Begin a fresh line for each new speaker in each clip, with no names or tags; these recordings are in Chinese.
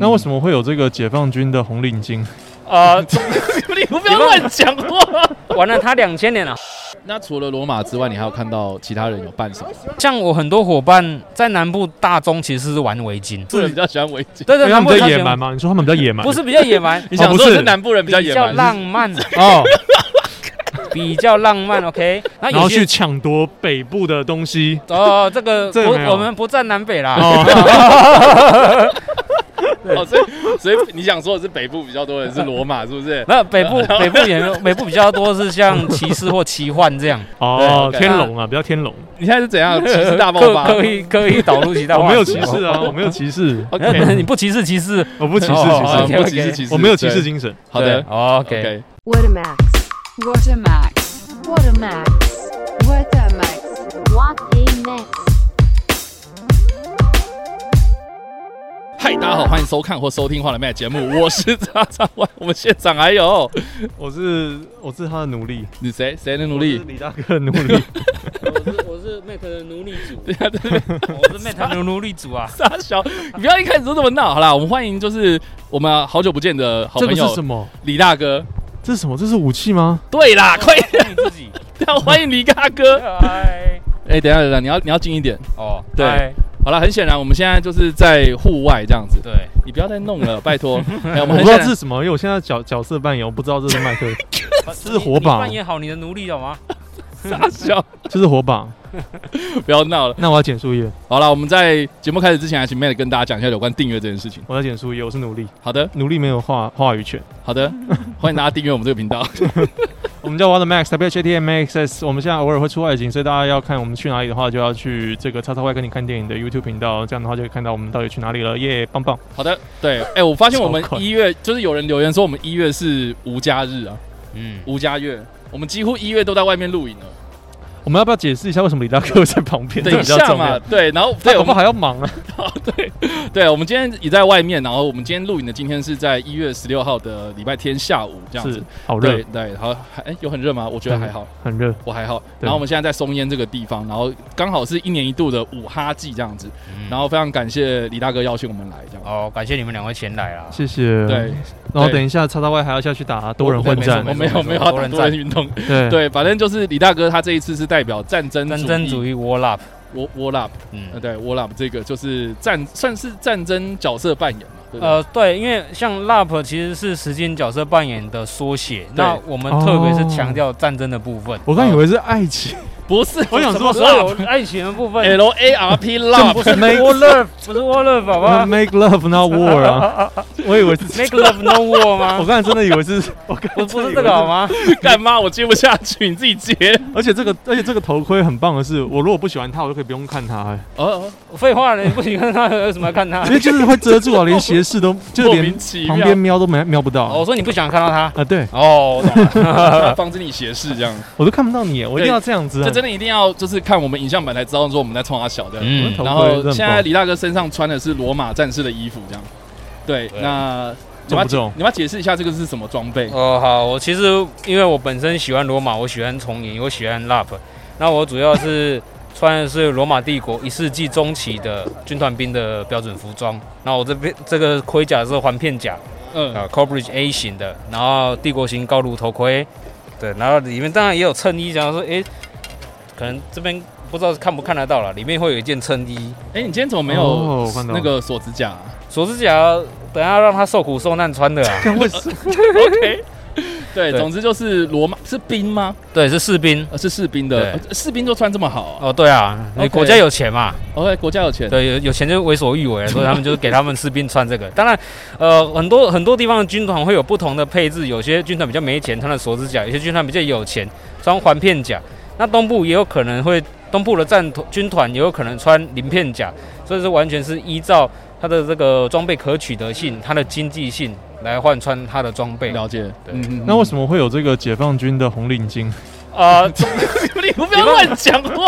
那为什么会有这个解放军的红领巾？
呃
啊、你不要乱讲话。
完了，他两千年了。
那除了罗马之外，你还有看到其他人有办什么？
像我很多伙伴在南部大中其实是玩围巾，
个人比较喜欢围巾。
对
因
对，
为他们
南
比
部
较
超
野
喜
蛮，
欢
嘛？你说他们比较野蛮？
不是比较 野蛮，
你想
哦不
说
是
是南部人比较野
比较
蛮？
浪漫，
哦，
比较浪漫。OK，那
然
有
后
些
去抢夺北部的东西。
哦，这个
这个
不
没有哦
我们不站南北啦。
哦，所以所以你想说的是北部比较多人是罗马，是 不是？
那北部北部也没有北部比较多是像骑士或奇幻这样，
哦，
对，OK
天龙啊，比较天龙。
你现在是怎样 歧视大爆
刻
发？
刻意刻意导入其他
我
话
没有
题
歧视啊，我没有歧视，
那
OK，
你不歧视歧视
我不歧视
哦
歧
啊
视
哦，
不歧视歧视，
我没有歧视
对。
精神。
好的
，OK，
，OK，
What a max.
What a max.
What a max.
What a max.
What a max.
嗨，大家好，欢迎收看或收听《换了麦》节目，我是叉叉 Y，我们现场还有
我是我是他的奴 隶，
你谁谁的努
我
力
是？李大哥的奴隶。
我是 Mate 的奴隶主，
对啊，这边
我是 Mate 的奴隶主啊，
傻小，你不要一开始就这么闹，好啦，我们欢迎就是我们好久不见的好
这
朋
个是什
友
么？
李大哥。
这是什么？这是武器吗？
对啦，快点，
你 自己，
要欢迎李大哥。
嗨，
哎，等一下，等一下，你要你要近一点。
哦，
对
嗨
好了，很显然我们现在就是在户外这样子，
对，
你不要再弄了，拜托。哎，我
我
们
不知道
很显
这
然
是什么，因为我现在角角色扮演，我不知道这是麦克，这是火
你
把
扮，演好你的奴隶好 吗？
傻笑，
这是火把。
不要闹了。
那我要剪树叶，
好了，我们在节目开始之前，还请 Mate 跟大家讲一下有关订阅这件事情。
我要剪树叶，我是奴隶，
好的，
奴隶没有话话语权。
好的，欢迎大家订阅我们这个频道。
我们叫 w a t e Max W H A T M X S，我们现在偶尔会出外景，所以大家要看我们去哪里的话，就要去这个叉叉外跟你看电影的 YouTube 频道，这样的话就可以看到我们到底去哪里了，耶，棒棒！
好的，对，哎、我发现我们
超快
一月就是有人留言说我们一月是无家日啊，
嗯，
无家月，我们几乎一月都在外面露营了。
我们要不要解释一下为什么李大哥在旁边？
等一
这比较
下
重
嘛，
要，
对，然后对
对，
我
我们
们
还要忙啊。
对，我们今天也在外面，然后我们今天露营的今天是在一月十六号的礼拜天下午这样
是
子。，
好热
对，对，好，还、哎有很热吗？我觉得还好。
很热。
我还好。
对
然后我们现在在松烟这个地方，然后刚好是一年一度的五哈季这样子，
嗯
然后非常感谢李大哥邀请我们来这样。
哦，感谢你们两位前来啦，啊
谢谢。
对，，
然后等一下，叉叉 Y 还要下去打多人混战
我。
对
没有
没错
没有要
多
打
人
多人运动，
对，
对，反正就是李大哥他这一次是代表战争
战争主
义
义 War Up，
War War Up，呃
嗯，
对 War Up 这个就是战算是战争角色扮演嘛，对不对？
呃，对，因为像 LAP 其实是时间角色扮演的缩写，那我们特别是强调战争的部分。
哦
呃
我刚以为是爱情，
不是，
我想说
所有爱情的部分，
L A R P
这
Love
不是 make 嗯
War love 不是 War love 好吧
make love not war 啊，我以为是，
？Make love no war
我
啊
吗？
刚才真的以为是，我刚才
不
真的
不是
以为
这个好吗？
干妈，我接不下去，你自己接。
而且这个，而且这个头盔很棒的是，我如果不喜欢它，我就可以不用看它、哎
哦，哦
废话了，你不喜欢他有什么 看他
其？实就是会遮住啊，连斜视都，就是
莫
连
名其
旁边
妙，
瞄都瞄瞄不到
哦，我
啊、
说你不想看到他。
对
哦，我懂 了
防止你斜视这样。
我都看不到你，我一定要这样子、啊。
这真的一定要就是看我们影像版才知道说我们在冲他小的。
我
嗯
的头
然
盔真
后
的很
现在
棒
李大哥身上穿的是罗马战士的衣服，这样。对，
对
那你
重
要
不
解
重？
你要解释一下这个是什么装备？
哦，好，我其实因为我本身喜欢罗马，我喜欢重影，我喜欢 LAP，那我主要是穿的是罗马帝国一世纪中期的军团兵的标准服装。那我这边这个盔甲是环片甲，
嗯，
啊 c o b r i d g e A 型的，然后帝国型高颅头盔，对，然后里面当然也有衬衣，想说，诶，可能这边不知道看不看得到了，里面会有一件衬衣，
哎，你今天怎么没
哦
有
我看到
那个锁指甲啊？
手指甲等下让他受苦受难穿的啊，
看为什么？
对，
对
总之就是罗马是兵吗？
对，是士兵。
呃，是士兵的，
对
呃士兵就穿这么好啊。
哦，对啊，你
OK
国家有钱嘛
OK，国家有钱。
对，有有钱就为所欲 为了，所以他们就是给他们士兵穿这个。当然，呃，很多很多地方的军团会有不同的配置，有些军团比较没钱穿的锁指甲，有些军团比较有钱穿环片甲。那东部也有可能会，东部的战团军团也有可能穿鳞片甲，所以是完全是依照它的这个装备可取得性、它的经济性来换穿它的装备。
了解。
对
嗯
那为什
么？
么会有这个解放军的红领巾？
呃，
你不要乱讲话。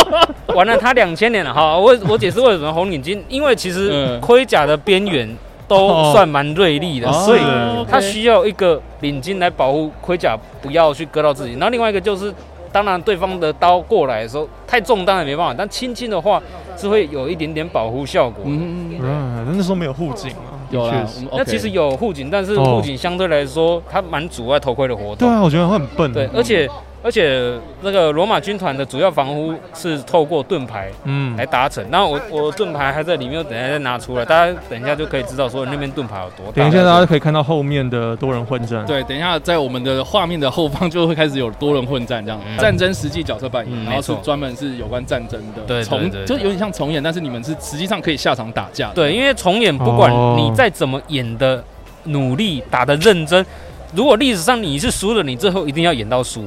完了，它两千年 了哈。我我解释为什么红领巾，因为其实
嗯
盔甲的边缘都算蛮锐利的，
哦
所以
哦
它需要一个领巾来保护盔甲不要去割到自己。然后另外一个就是，当然对方的刀过来的时候太重当然没办法，但轻轻的话是会有一点点保护效果。
嗯，
啊，那时候没有护颈啊。
有啦
确实，
我们
那
OK
其实有护颈，但是
哦
护颈相对来说，它蛮阻碍头盔的活
对
动。
啊，我觉得会很笨。
对，而且而且那个罗马军团的主要防护是透过盾牌
嗯
来，达成。那我我盾牌还在里面，我等一下再拿出来，大家等一下就可以知道说那边盾牌有多大。
等一下大家可以看到后面的多人混战。
对，等一下在我们的画面的后方就会开始有多人混战这样，
嗯
战争实际角色扮
嗯
演，然后是
没错
专门是有关战争的，
对对
重
对对
就有点像重演，但是你们是实际上可以下场打架的，
对，因为重演不管
哦
你再怎么演的努力，打的认真。如果历史上你是输了，你最后一定要演到输。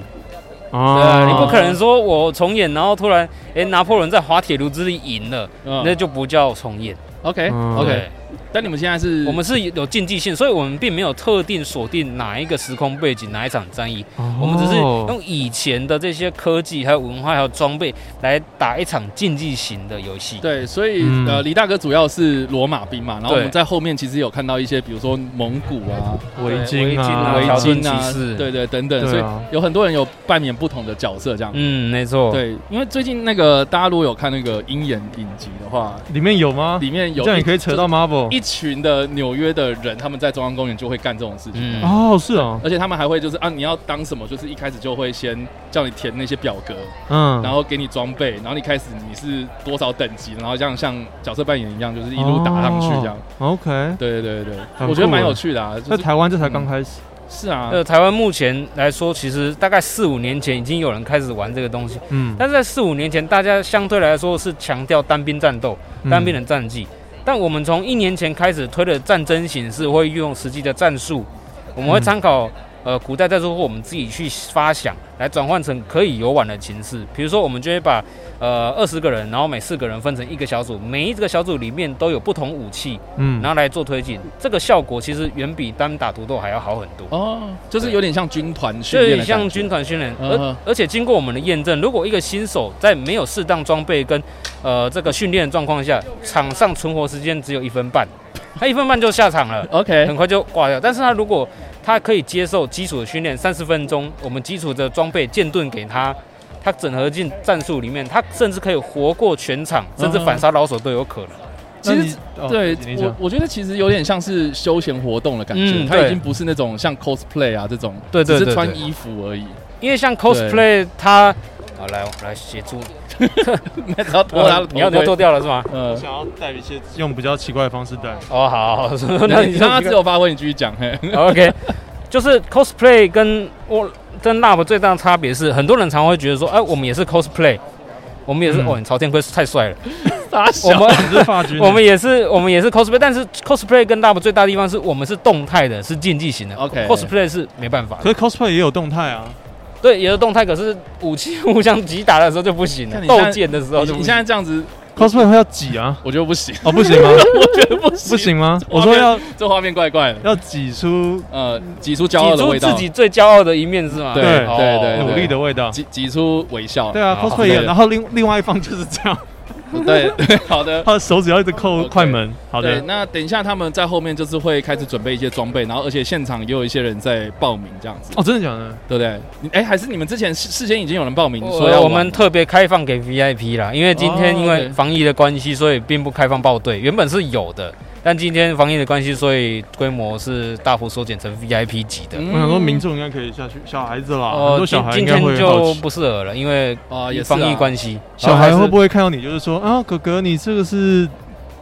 啊
呃，你不可能说我重演，然后突然，哎，拿破仑在滑铁卢之力赢了，
哦
嗯，
那就不叫重演。
OK
嗯
OK，
对
但你们现在是
我们是有禁忌性，所以我们并没有特定锁定哪一个时空背景、哪一场战役，
哦
我们只是用以前的这些科技、还有文化、还有装备来打一场竞技型的游戏。
对，所以、
嗯
呃，李大哥主要是罗马兵嘛，然后我们
对
在后面其实有看到一些，比如说蒙古啊、
围巾啊，
围
围
条啊顿
巾啊
骑士，
对对等等，所
对
以
啊，
有很多人有扮演不同的角色这样。
嗯，没错。
对，因为最近那个大家如果有看那个《鹰眼》影集的话，
里面有吗？
里面有
这样
一
也可以扯到 Marvel
一群的纽约的人，他们在中央公园就会干这种事情。
嗯，
哦，是哦，
而且他们还会就是啊，你要当什么，就是一开始就会先叫你填那些表格，
嗯，
然后给你装备，然后你开始你是多少等级，然后这样像角色扮演一样，就是一路打上去这样。
哦 OK，
对对对对，
很
我觉得
酷
蛮
欸
有趣的啊，就
在
是
台湾这才刚开始，
是啊，
呃，台湾目前来说，其实大概四五年前已经有人开始玩这个东西，
嗯，
但是在四五年前，大家相对来说是强调单兵战斗、
嗯
单兵的战绩，但我们从一年前开始推的战争形式，会运用实际的战术，我们会
嗯
参考、呃古代战术或我们自己去发想，来转换成可以游玩的形式。比如说，我们就会把呃二十个人，然后每四个人分成一个小组，每一个小组里面都有不同武器，
嗯，
然后来做推进。这个效果其实远比单打独斗还要好很多。
哦，就是有点像军团训
就
练的
是
感觉，
像军团训练，
嗯哼。
而而且经过我们的验证，如果一个新手在没有适当装备跟呃这个训练的状况下，场上存活时间只有一分半， 他一分半就下场了
OK，
很快就挂掉，但是他如果他可以接受基础的训练，三十分钟，我们基础的装备剑盾给他，他整合进战术里面，他甚至可以活过全场，甚至
嗯哼
反杀老手都有可能。
那你
其实
哦
对
你
我
讲，
我觉得其实有点像是休闲活动的感觉，
嗯
它已
对
经不是那种像 cosplay 啊这种，
对对
只是
对
穿
对
衣服而已，
因为像 cosplay，他好来我来协助，
那只要脱他的
呃你要
头
你要脱
盔，
掉了是吗？
呃，
想要带一些用比较奇怪的方式 带，
哦，好，好 好
那
那
你
你让
让他
他
自由发挥，你继续讲，嘿，
OK，就是 cosplay 跟我跟 love 最大的差别是，很多人常会觉得说，哎、我们也是 cosplay，我们也是，
嗯
哦，你朝天盔太 帅了，
傻
我
小，
们
你是 发军，
我们也是我们也是 cosplay，但是 cosplay 跟 love 最大的地方是我们是动态的，是竞技型的。
OK
cosplay 是没办法的，
可是 cosplay 也有动态啊，
对，也是动态，可是武器互相击打的时候就不行
看
了
你，现在
斗剑的时候
你
就不
你
行
现。在这样子，
cosplay 会要挤啊？
我觉得不行，
哦，不行 吗？
我觉得不行，
不，行 吗？我说要
这画面怪怪的，
要挤出
呃，挤出骄
挤
傲的
出
味
自
道，
己最骄傲的一面是吗？
对
对
哦
对对
努力的味道。
挤挤出微笑，
对啊
好
，cosplay 也有，
对
然后另另外一方就是这样，
对对， 好的，
他的手指要一直扣
OK
快门。好
对，
的，
那等一下他们在后面就是会开始准备一些装备，然后而且现场也有一些人在报名这样子，
哦，真的假的？
对不对？你哎、还是你们之前事事先已经有人报名说要
我我们
玩
特别开放给 VIP 啦，因为今天
哦
因为
OK
防疫的关系，所以并不开放报队。原本是有的，但今天防疫的关系，所以规模是大幅缩减成 VIP 级的。
嗯
我想说民众应该可以下去，小孩子啦，
哦
啊很多小孩
今
应
今
该
天
会好
就
奇。
不适合了，因为
啊也是
防疫
啊
关系。
小孩会不会看到你就是说啊，哥哥，你这个是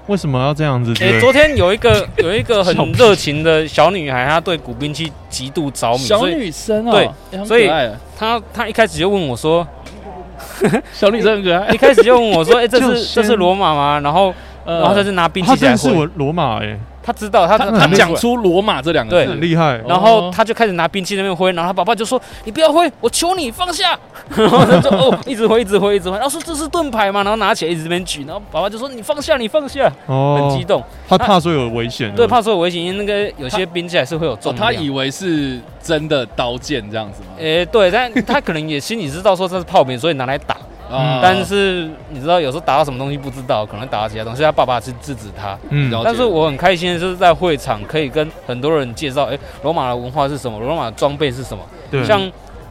为什么要这样子之
诶、
类的？
昨天有 一个有一个
小
很
屁
热情的小女孩，她对古兵器极度着迷，
小
所以
女生哦，
对
哎很可
所以
爱啊
她她一开始就问我说，
小女生很可爱，
一开始就问我说，哎、这
就是
这是罗马吗？然后
呃
然后她就拿兵器
他
起来
真是
挥，
我罗马哎，
她知道她
他
她
他
很
讲出罗马这两个
对
很
字，
厉害。
哦
然后他就开始拿兵器那边挥，然后他爸爸就说：“你不要挥，我求你放下。” 然后他就哦，一直挥，一直挥，一直挥。然后说：“这是盾牌嘛？”然后拿起来一直这边举，然后爸爸就说：“你放下，你放下。”很
哦
激，动，
他怕说有危险。
对，怕说有危险，因为那个有些兵器还是会有
嗯哦
重
他
量。
以为是真的刀剑这样子吗？
诶，对，但他可能也心里知道说这是炮兵，所以拿来 打。
啊
但是你知道，有时候打到什么东西不知道，可能打到其他东西。他爸爸是制止他，
嗯
了解
但是我很开心的就是在会场可以跟很多人介绍，诶，哎罗马的文化是什么，罗马的装备是什么。
对，
像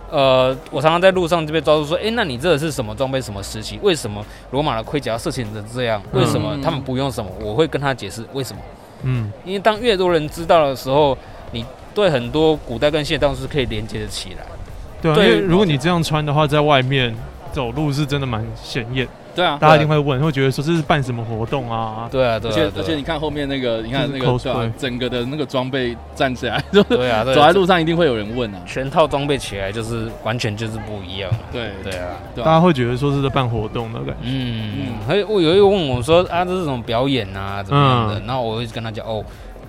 呃，我常常在路上就被抓住说，诶，那你这个是什么装备？什么时期？为什么罗马的盔甲设计成这样？为什么
嗯
他们不用什么？我会跟他解释为什么。
嗯，
因为当越多人知道的时候，你对很多古代跟现代都是可以连接的起来。
对啊，因
对
为如果你这样穿的话，在外面走路是真的蛮显眼，
对啊，
大家一定会问，会觉得说这是办什么活动啊？
对啊，对
而
啊，
且
对
而
啊
且你看后面那个，你看那
就
个
是
对啊
cosplay
整个的那个装备站起来，就
对啊，对啊
走在路上一定会有人问啊。
全套装备起来就是完全就是不一样啊。
对
对啊，
对
大家
啊，
会觉得说是在办活动的感觉。
嗯，还有我有一个问我说啊，这是什么表演啊，怎么样的？
嗯
然后我会跟他讲哦，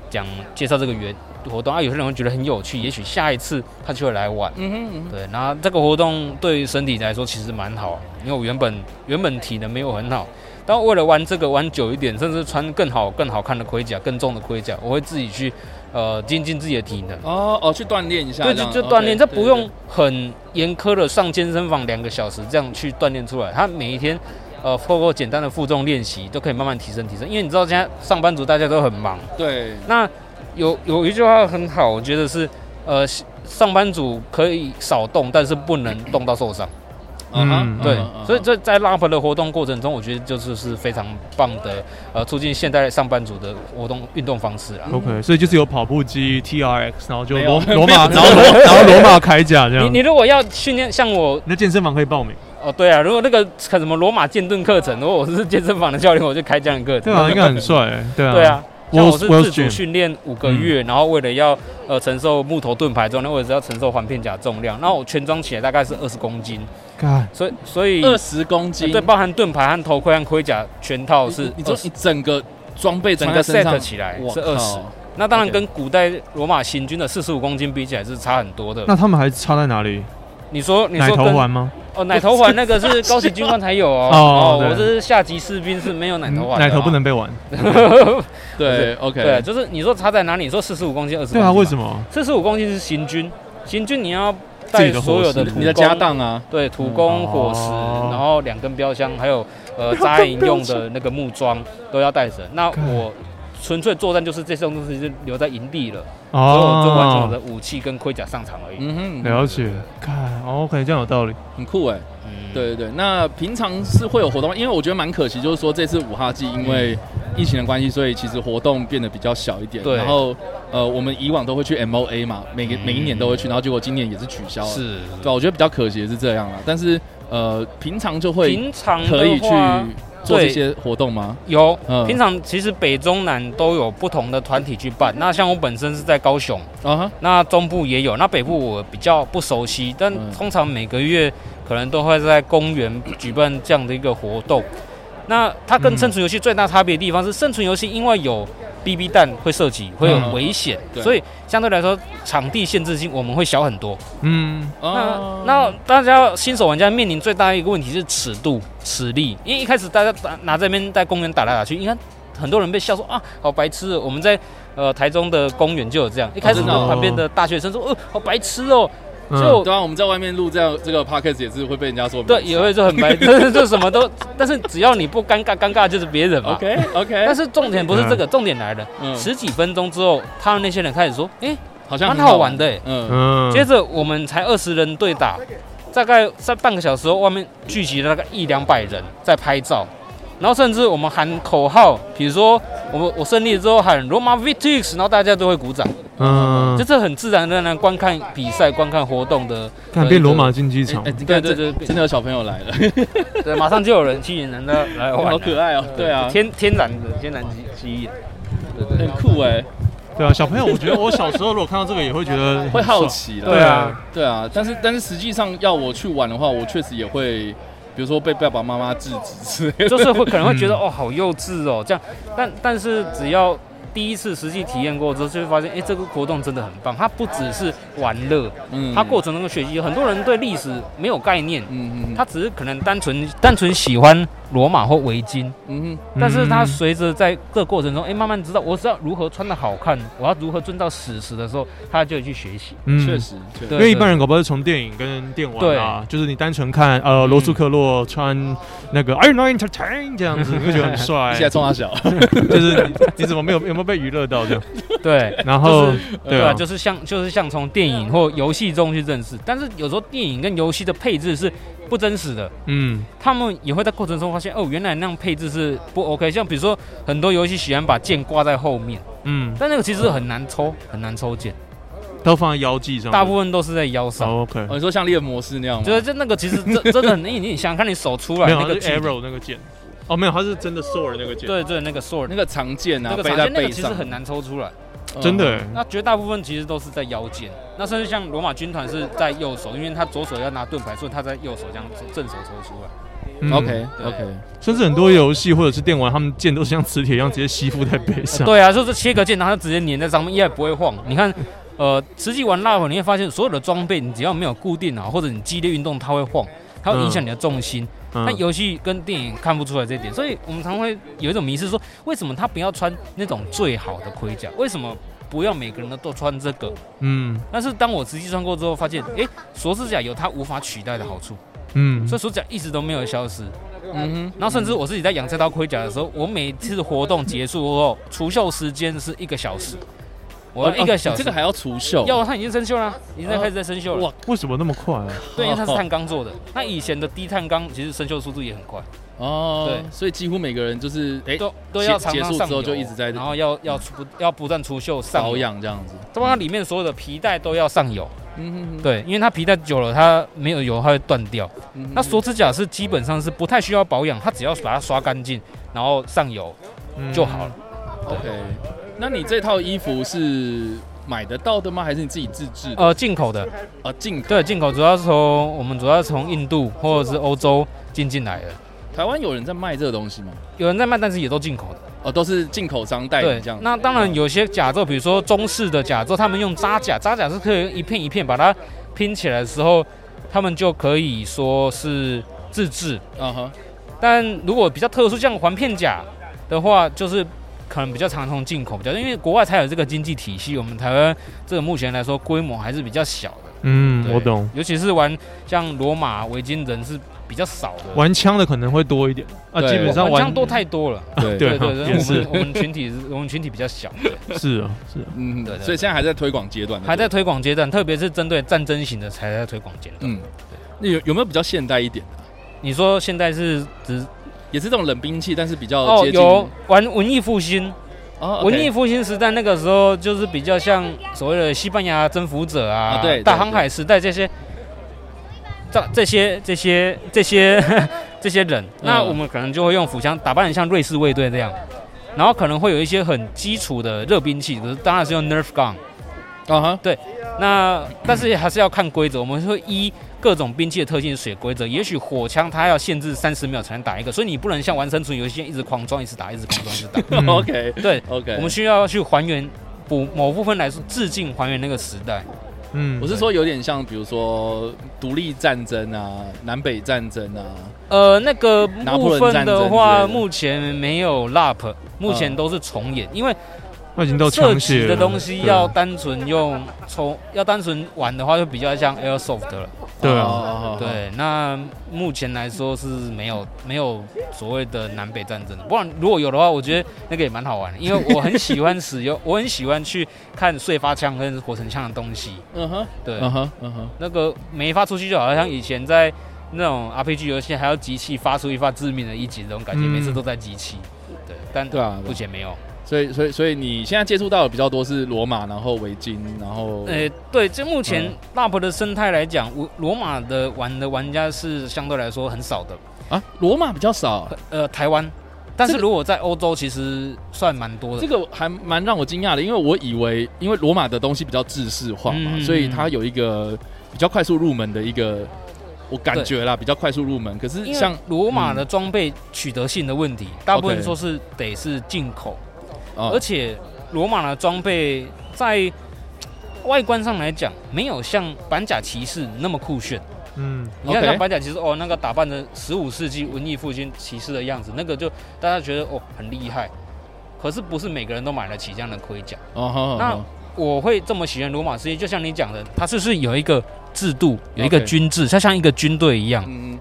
讲介绍这个原活动啊，有些人会觉得很有趣，也许下一次他就会来玩。
嗯哼嗯哼，
对，然后这个活动对于身体来说其实蛮好，因为我原本原本体能没有很好，但为了玩这个玩久一点，甚至穿更好更好看的盔甲、更重的盔甲，我会自己去呃精进自己的体能。
哦哦，去锻炼一下，
对，就
这样
就锻炼，
，OK，
这不
对
用很严苛的上健身房两个小时这样去锻炼出来。他每一天，呃，透过简单的负重练习，都可以慢慢提升提升。因为你知道现在上班族大家都很忙，
对
那有有一句话很好，我觉得是，呃，上班族可以少动，但是不能动到受伤。
嗯哼
嗯
对
嗯哼，
所以这在 LARP 的活动过程中，我觉得就是是非常棒的，呃，促进现代上班族的活动运动方式啦。啊
OK，所以就是有跑步机 TRX，然后就
没
罗
有没有
罗马，
没
然
有
后罗然后罗马铠甲这
你
样
你。如果要训练像我
那健身房可以报名，
哦，对啊，如果那个什么罗马剑盾课程，如果我是健身房的教练，我就开这样的课程。
对啊，应该 很帅欸，对啊，
对啊，像我是
World-
自
World
主
Gym
训练五个月，然后为了要呃承受木头盾牌重量，或者是要承受环片甲重量，然后我全装起来大概是二十公斤，
看
所以所以
嗯二十公斤，
对，包含盾牌和头盔和盔甲全套
你
是
你你说
20
你整个装备
整
穿
个
在身
set
上
起来
哇
是二十
靠，
那当然
OK
跟古代罗马行军的四十五公斤比起来是差很多的。
那他们还差在哪里？
你说你
奶
说
头
跟
环吗？
哦奶头环那个是高级军官才有哦，
哦
哦
对
我这是下级士兵是没有奶头环的啊，
奶头不 能被玩。
对
对，
，OK，
就是你说差在哪里？你说四十五公斤、二十
对啊，为什
么？
么？
四十五公斤是行军，行军你要
自
带
己的伙食
所有的土
你的家
工，
当啊，
对土工
嗯
伙食，
哦
然后两根标枪，还有 呃扎营用的那个木桩都要带着。那
干
我纯粹作战就是这些东西就留在营地了，所以我就完成我
哦，
的武器跟盔甲上场而已。
嗯哼，
了解。看，OK，这样有道理。
很酷哎。
嗯，
对对对，那平常是会有活动吗，因为我觉得蛮可惜，就是说这次五哈季因为疫情的关系，所以其实活动变得比较小一点。
嗯对
然后呃，我们以往都会去 MOA 嘛，每个
嗯
每一年都会去，然后结果今年也是取消了。，
是。
对啊，我觉得比较可惜的是这样啦。但是呃，平常就会
平常的
可以去
话
做
对
这些活动吗？
有，
嗯
平常其实北中南都有不同的团体去办。那像我本身是在高雄，
啊哈，
那中部也有，那北部我比较不熟悉，但
嗯
通常每个月可能都会在公园举办这样的一个活动。那它跟
嗯
生存游戏最大差别的地方是，生存游戏因为有 BB 弹会射击，会有
嗯
危险，
对
所以相对来说场地限制性我们会小很多。
嗯，
哦
那那大家新手玩家面临最大的一个问题是尺度、尺力，因为一开始大家打拿这边在公园打来打去，应该很多人被笑说啊，好白痴哦、我们在呃台中的公园就有这样，一开始
真的哦
旁边的大学生说，哦、好白痴哦、
嗯
就
对啊，我们在外面录这样这个 podcast 也是会被人家说我们
对，也会说很白 痴，就什么都，但是只要你不尴尬，尴尬就是别人嘛。
OK OK，
但是重点不是这个，重点来了，
嗯
十几分钟之后，他们那些人开始说，诶，
好像
蛮
很
好玩的欸
嗯，
嗯，
接着我们才二十人对打，大概在半个小时后，外面聚集了大概一两百人在拍照，然后甚至我们喊口号，比如说我们我胜利之后喊罗马 Vitix，然后大家都会鼓掌，
嗯
就，这很自然而然观看比赛、观看活动的，
看变罗马竞技场
哎，，你
对
看
对
这
对，
真
对
的有小朋友来了，
对，马上就有人吸引人的来玩
好
了，
可爱哦。对啊，
天天然的天然记记忆，对对
很酷哎。
对啊，小朋友，我觉得我小时候如果看到这个也会觉得很
会好
爽，
奇了。
对啊，
对啊，但是但是实际上要我去玩的话，我确实也会，比如说被爸爸妈妈制止之 类的。
就是会可能会觉得
嗯
哦，好幼稚哦，这样，但但是只要第一次实际体验过之后，就会发现，哎、这个活动真的很棒。它不只是玩乐，
嗯
它过程中的学习，很多人对历史没有概念，
嗯嗯，
他只是可能单纯单纯喜欢罗马或围巾，
嗯
嗯
但是他随着在这过程中，哎、慢慢知道我知道如何穿的好看，我要如何遵照史实的时候，他就会去学习。
哼，
嗯
确实，确实
因为一般人搞不好是从电影跟电玩啊，就是你单纯看呃罗素克洛穿那个 Are you not entertained 这样子，你会觉得很帅
一起，来冲他小，
就是你你怎么没有有没有被娱乐到这样？
对。
然后对
对
啊
啊，，就是像就是像从电影或游戏中去认识，但是有时候电影跟游戏的配置是不真实的，
嗯，
他们也会在过程中发现，哦，原来那样配置是不 OK。像比如说很多游戏喜欢把剑挂在后面，
嗯，
但那个其实很难抽，很难抽剑，
都放在腰际上，
大部分都是在腰上。
哦 OK，
哦你说像猎魔师那样吗？
就是这那个其实真 真的很硬，你想想看你手出来
没有
那
它
个
是
距离
arrow 那个剑，哦没有，它是真的 sword 那个剑，
对对，那个 sword，
那个长剑啊，
那个
背
长
在
剑那
背
个其实
上，
很难抽出来。
嗯
真的欸，
那绝大部分其实都是在腰间，那甚至像罗马军团是在右手，因为他左手要拿盾牌，所以他在右手这样正手抽出来。
嗯
OK
对
OK，
甚至很多游戏或者是电玩，他们剑都是像磁铁一样直接吸附在背上，
对啊，就是切割剑，然后直接粘在上面，一也不会晃。你看，呃，实际玩辣会你会发现，所有的装备你只要没有固定啊好，或者你激烈运动，它会晃，它会影响你的重心。
嗯
那游戏跟电影看不出来这一点，所以我们常会有一种迷失说为什么他不要穿那种最好的盔甲？为什么不要每个人都穿这个？
嗯
但是当我实际穿过之后，发现，诶，锁指甲有它无法取代的好处，
嗯
所以，锁指甲一直都没有消失。
嗯
然后甚至我自己在养这套盔甲的时候，我每次活动结束后，除锈时间是一个小时，我要一个小
哦
时。
这个还要除锈，
要它已经生锈了，已经在开始在生锈了。
哇哦
为什么那么快啊？
对，因为它是碳钢做的。那以前的低碳钢其实生锈速度也很快，
哦，
对
所以几乎每个人就是哎
都都要
结
常
结
常
束
上
之后
油
就一直在
然后要要不要不断除锈上
保
油，
养这样子，
包括它里面所有的皮带都要上油。
嗯哼哼，
对，因为它皮带久了，它没有油它会断掉。
嗯哼哼
那锁指甲是基本上是不太需要保养，它只要把它刷干净，然后上油
嗯
就好了。
OK，那你这套衣服是买得到的吗？还是你自己自制的？
呃，进口的，
啊，进口。
对，进口主要是从我们主要是从印度或者是欧洲进进来的，
台湾有人在卖这个东西吗？
有人在卖，但是也都进口的。
哦，都是进口商代理
对
这样，。
那当然有些甲胄，比如说中式的甲胄，他们用扎甲，扎甲是可以用一片一片把它拼起来的时候，他们就可以说是自制。
啊哈，
但如果比较特殊，像环片甲的话，就是可能比较常从进口比较，因为国外才有这个经济体系，我们台湾这个目前来说规模还是比较小的。
嗯，
对
我懂。，
尤其是玩像罗马维京人是比较少的，
玩枪的可能会多一点啊，
对
基本上
玩
玩
枪多太多了。
对
对
对对
哈
对，
也
我
是
们我们群体是我们群体比较小，对
是啊是 啊，
嗯，
对对对
所以现在还在推广阶段，
还在推广阶段，特别是针对战争型的才在推广阶段。
嗯。那有有没有比较现代一点的，
你说现在是指
也是这种冷兵器，但是比较
哦
接近
有玩文艺复兴，
哦
文艺
OK
复兴时代那个时候，就是比较像所谓的西班牙征服者啊，
啊对对
大航海时代这些，这这些这些这些 这些人，那
嗯
我们可能就会用腹枪打扮得像瑞士卫队这样，然后可能会有一些很基础的热兵器，比如当然是用 Nerf gun，
啊哈，
那但是还是要看规则，我们会依各种兵器的特性写规则。也许火枪它要限制三十秒才能打一个，所以你不能像玩生存游戏一样一直狂装，一直打，一直狂装，一直打。
嗯
OK
对，
OK，
我们需要去还原，补某部分来说，致敬还原那个时代。
嗯
我是说有点像，比如说独立战争啊、南北战争啊，
呃，那个
拿破
部
仑
分
战争
的嗯
之类
话，
的
目前没有 LAP，目前都是重演，因为
那已经到
涉
枪
及
械
的
了
东西
对
要单纯用抽，要单纯玩的话，就比较像 Airsoft 了。
对
哦
啊，
哦哦哦
对，那目前来说是没有没有所谓的南北战争的，不然如果有的话，我觉得那个也蛮好玩的，因为我很喜欢使用，我很喜欢去看碎发枪跟火绳枪的东西。
嗯哼，
对，
嗯哼，嗯哼，
那个每一发出去就好像以前在那种 RPG 游戏还要集气发出一发致命的一击，这种感觉、
嗯
每次都在集气。对，但
对啊，对
目
啊
前没有。
所以所以所以你现在接触到的比较多是罗马，然后维京，然后
呃，对，就目前
嗯
LARP 的生态来讲，我罗马的玩的玩家是相对来说很少的。
啊，罗马比较少，
呃，台湾，但是
这个
如果在欧洲，其实算蛮多的。
这个还蛮让我惊讶的，因为我以为因为罗马的东西比较制式化嘛，
嗯
所以它有一个比较快速入门的一个，我感觉啦，比较快速入门。可是
因
像
为罗马
嗯
的装备取得性的问题，大部分说是得是进口，
啊
而且罗马的装备在外观上来讲，没有像板甲骑士那么酷炫。
嗯
你看像
OK
板甲骑士，哦，那个打扮成十五世纪文艺复兴骑士的样子，那个就大家觉得哦很厉害。可是不是每个人都买得起这样的盔甲。
哦哈，
那
哦
我会这么喜欢罗马世界，就像你讲的，它是不是有一个制度，有一个
OK
军制，它像一个军队一样。
嗯，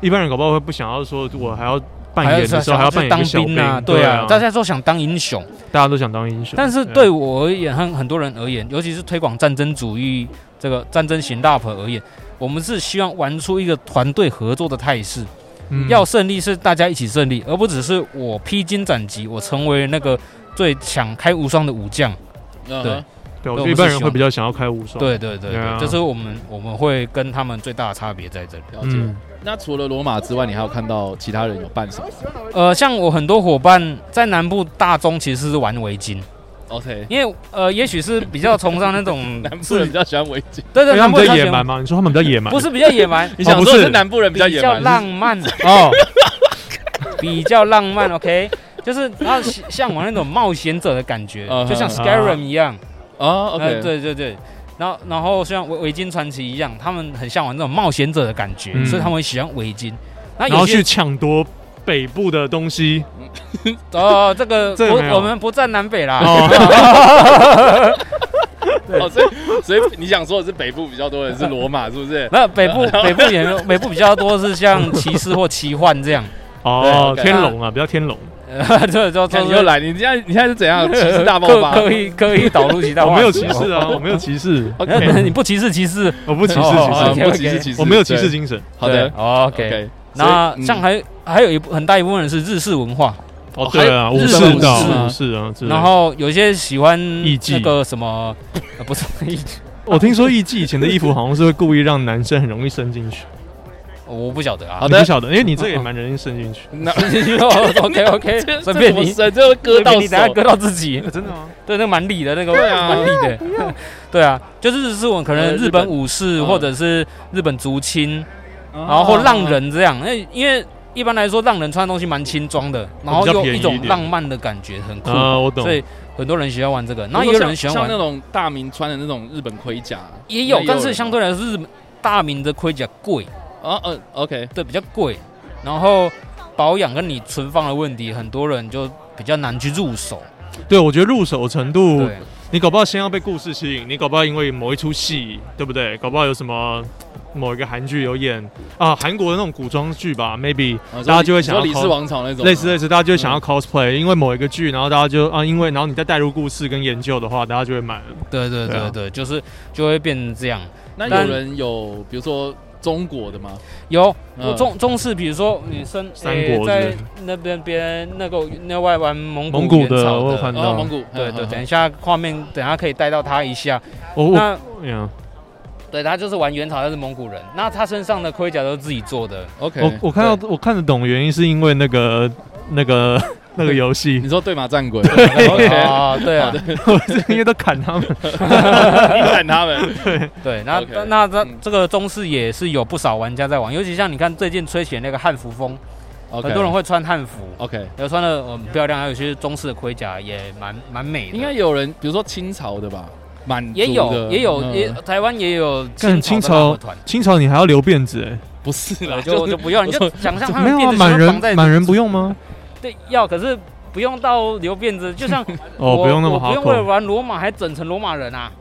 一般人搞不好会不想要说，我还要扮演的时候还要扮演一
当
个小兵
兵啊，
对
对啊，大
大家
家都想当英雄，
大家都想当英雄，啊
但是对我而言和很多人而言，尤其是推广战争主义这个战争型 UP 而言，我们是希望玩出一个团队合作的态势。
嗯
要胜利是大家一起胜利，而不只是我披荆斩棘，我成为那个最强开无双的武将。
嗯
对
哼
对，我觉
对我
得
们
一般
是
人
希
会
望
比较想要开无双，，
对对对
对啊
对，这是我们我们会跟他们最大的差别在这里。
了解。
嗯，
那除了罗马之外，你还有看到其他人有办什么
呃，像我很多伙伴在南部大中其实是玩围巾，
？OK，
因为呃，也许是比较崇尚那 种
南部人比较喜欢围巾。
对
因
对，
为他们比较
喜
野
欢
蛮，嘛，你说他们比较野蛮，
哦
哦
不是比较 野蛮，哦
你想
不
说
是
的是南部人比较野
较
蛮？
浪漫，
哦，
比较浪漫。OK，就是他向往那种冒险者的感觉
嗯，哼
就像 Skyrim 一样。
哦
呃，
，OK，
对对对。然后，然后像围围巾传奇一样，他们很向往那种冒险者的感觉，
嗯
所以他们喜欢围巾。那
然
有
后
些
去抢夺北部的东西，
哦，这个
这个
不
没有
我们不站南北啦。
哦，所以所以你想说的是北部比较多人是罗马，是不 是？
那 北部北部也没有北部比较多是像骑士或奇幻 这样，
哦，
对，OK
天龙啊，比较天龙，
呃，这就
看
就
你 又
是
来，你现在你现在是怎样骑士大爆
刻
发
刻意刻意导入 其他话
我
题。
没有歧视啊，我没有歧视，
呃，
？OK，
你不歧视歧视，
我不歧视
哦
歧
啊
视，
不歧视歧视，
我没有歧视
对。
精神，
好的
对哦，OK。
，OK。
那
所以嗯
像还还有一部很大一部分人是日式文化，
哦，对啊，武
日
士
本武士
道
吗
武士啊，之类的
然后有些喜欢
艺伎
那个什么，呃不是艺伎，
我听说艺伎以前的衣服好像是会故意让男生很容易伸进去，
我不晓得啊
好。
你
的
不晓得，因为你这个也蛮容易伸进去，
那
OK OK，随便你，
这这割到
随便你等下
手，
割到自己。
真的吗？
对，那个蛮理的，那个
对啊
蛮理的，对啊，就是日式文，可
呃
能
日
日
本
本武士
嗯
或者是日本竹青，
然
啊
然后或浪
哦
人这样，那哎因为一般来说浪人穿的东西蛮轻装的，然后
哦比较
又
便宜
一
一
种
点
浪漫的感觉，很酷，
啊，我懂
所。以很多人喜欢玩这个，然
然
后
后
也
有
有
人
人喜
喜
欢
欢像那
玩，
种大明穿的那种日本盔甲，
也有，
那
但是相对来说日本大明的盔甲贵，
哦嗯 OK，
对，比较贵，然后保养跟你存放的问题，很多人就比较难去入手，
对，我觉得入手程度，
对。
你搞不好先要被故事吸引，你搞不好因为某一出戏，对不对？搞不好有什么某一个韩剧有演啊，韩国的那种古装剧吧，maybe
啊
大家就会想
说
要
李氏
cos-
王朝
啊
那种啊
类似类似，大家就会想要 cosplay，因为某一个剧，然后大家就啊，因为然后你再带入故事跟研究的话，大家就会买了。
对对
对啊
对对，就是就会变成这样。
那
但
有人有比如说中国的吗？
有
嗯
中中式，比如说你生
三
诶
国是
在
不
那边边那个那外湾蒙古
蒙古
元
的
朝
我有看
哦，
到
蒙古，
对对，
嗯
等一下画面，等一下可以带到他一下。
我我
那
呀
对他就是玩元朝，他是蒙古人，那他身上的盔甲都是自己做的。
OK，
我我看到我看得懂，原因是因为那个那 个那个游戏
你，说对马战鬼，
哦，对 啊，
我是因为都砍他们。
你砍他们，
对，那
OK
那那
嗯
这个中式也是有不少玩家在玩，尤其像你看最近吹起那个汉服风，很多人会穿汉服，
OK，
有穿的呃很漂亮，还有一些中式的盔甲也蛮蛮美的。
应该有人，比如说清朝的吧，满族的
也有也有
嗯
也台湾也有
干清朝
的团，
清朝你还要留辫子哎、
不是啦，
对就我就不用，你就想象他
没
们
有啊，
辫子
满
全部绑在
人满人不用吗？
对要，可是不用到留辫子，就像
哦，
我
不用那么
我
好
不用为了
口，
玩罗马还整成罗马人啊，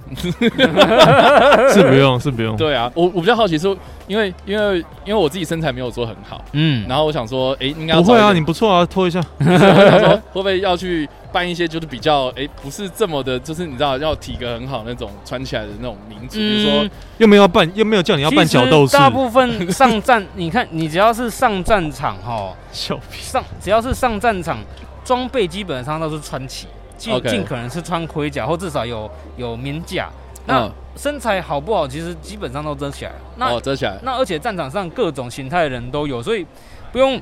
是不用是不用。
对啊，我我比较好奇是，因为因为因为我自己身材没有说很好，
嗯，
然后我想说，哎，应该要
不会
找
啊，
一
你
点
不错啊，拖一下。
我想说会不会要去办一些就是比较哎不是这么的，就是你知道要体格很好那种穿起来的那种民族，比如说
嗯
又没有要办，又没有叫你要办
其
角
实
斗士，
大部分上战， 你看你只要是上战场哈，
小
上只要是上战场，装备基本上都是穿起，尽
OK
尽可能是穿盔甲或至少有有棉甲。那
嗯
身材好不好，其实基本上都遮起来了。那
哦遮起来，
那而且战场上各种形态的人都有，所以不用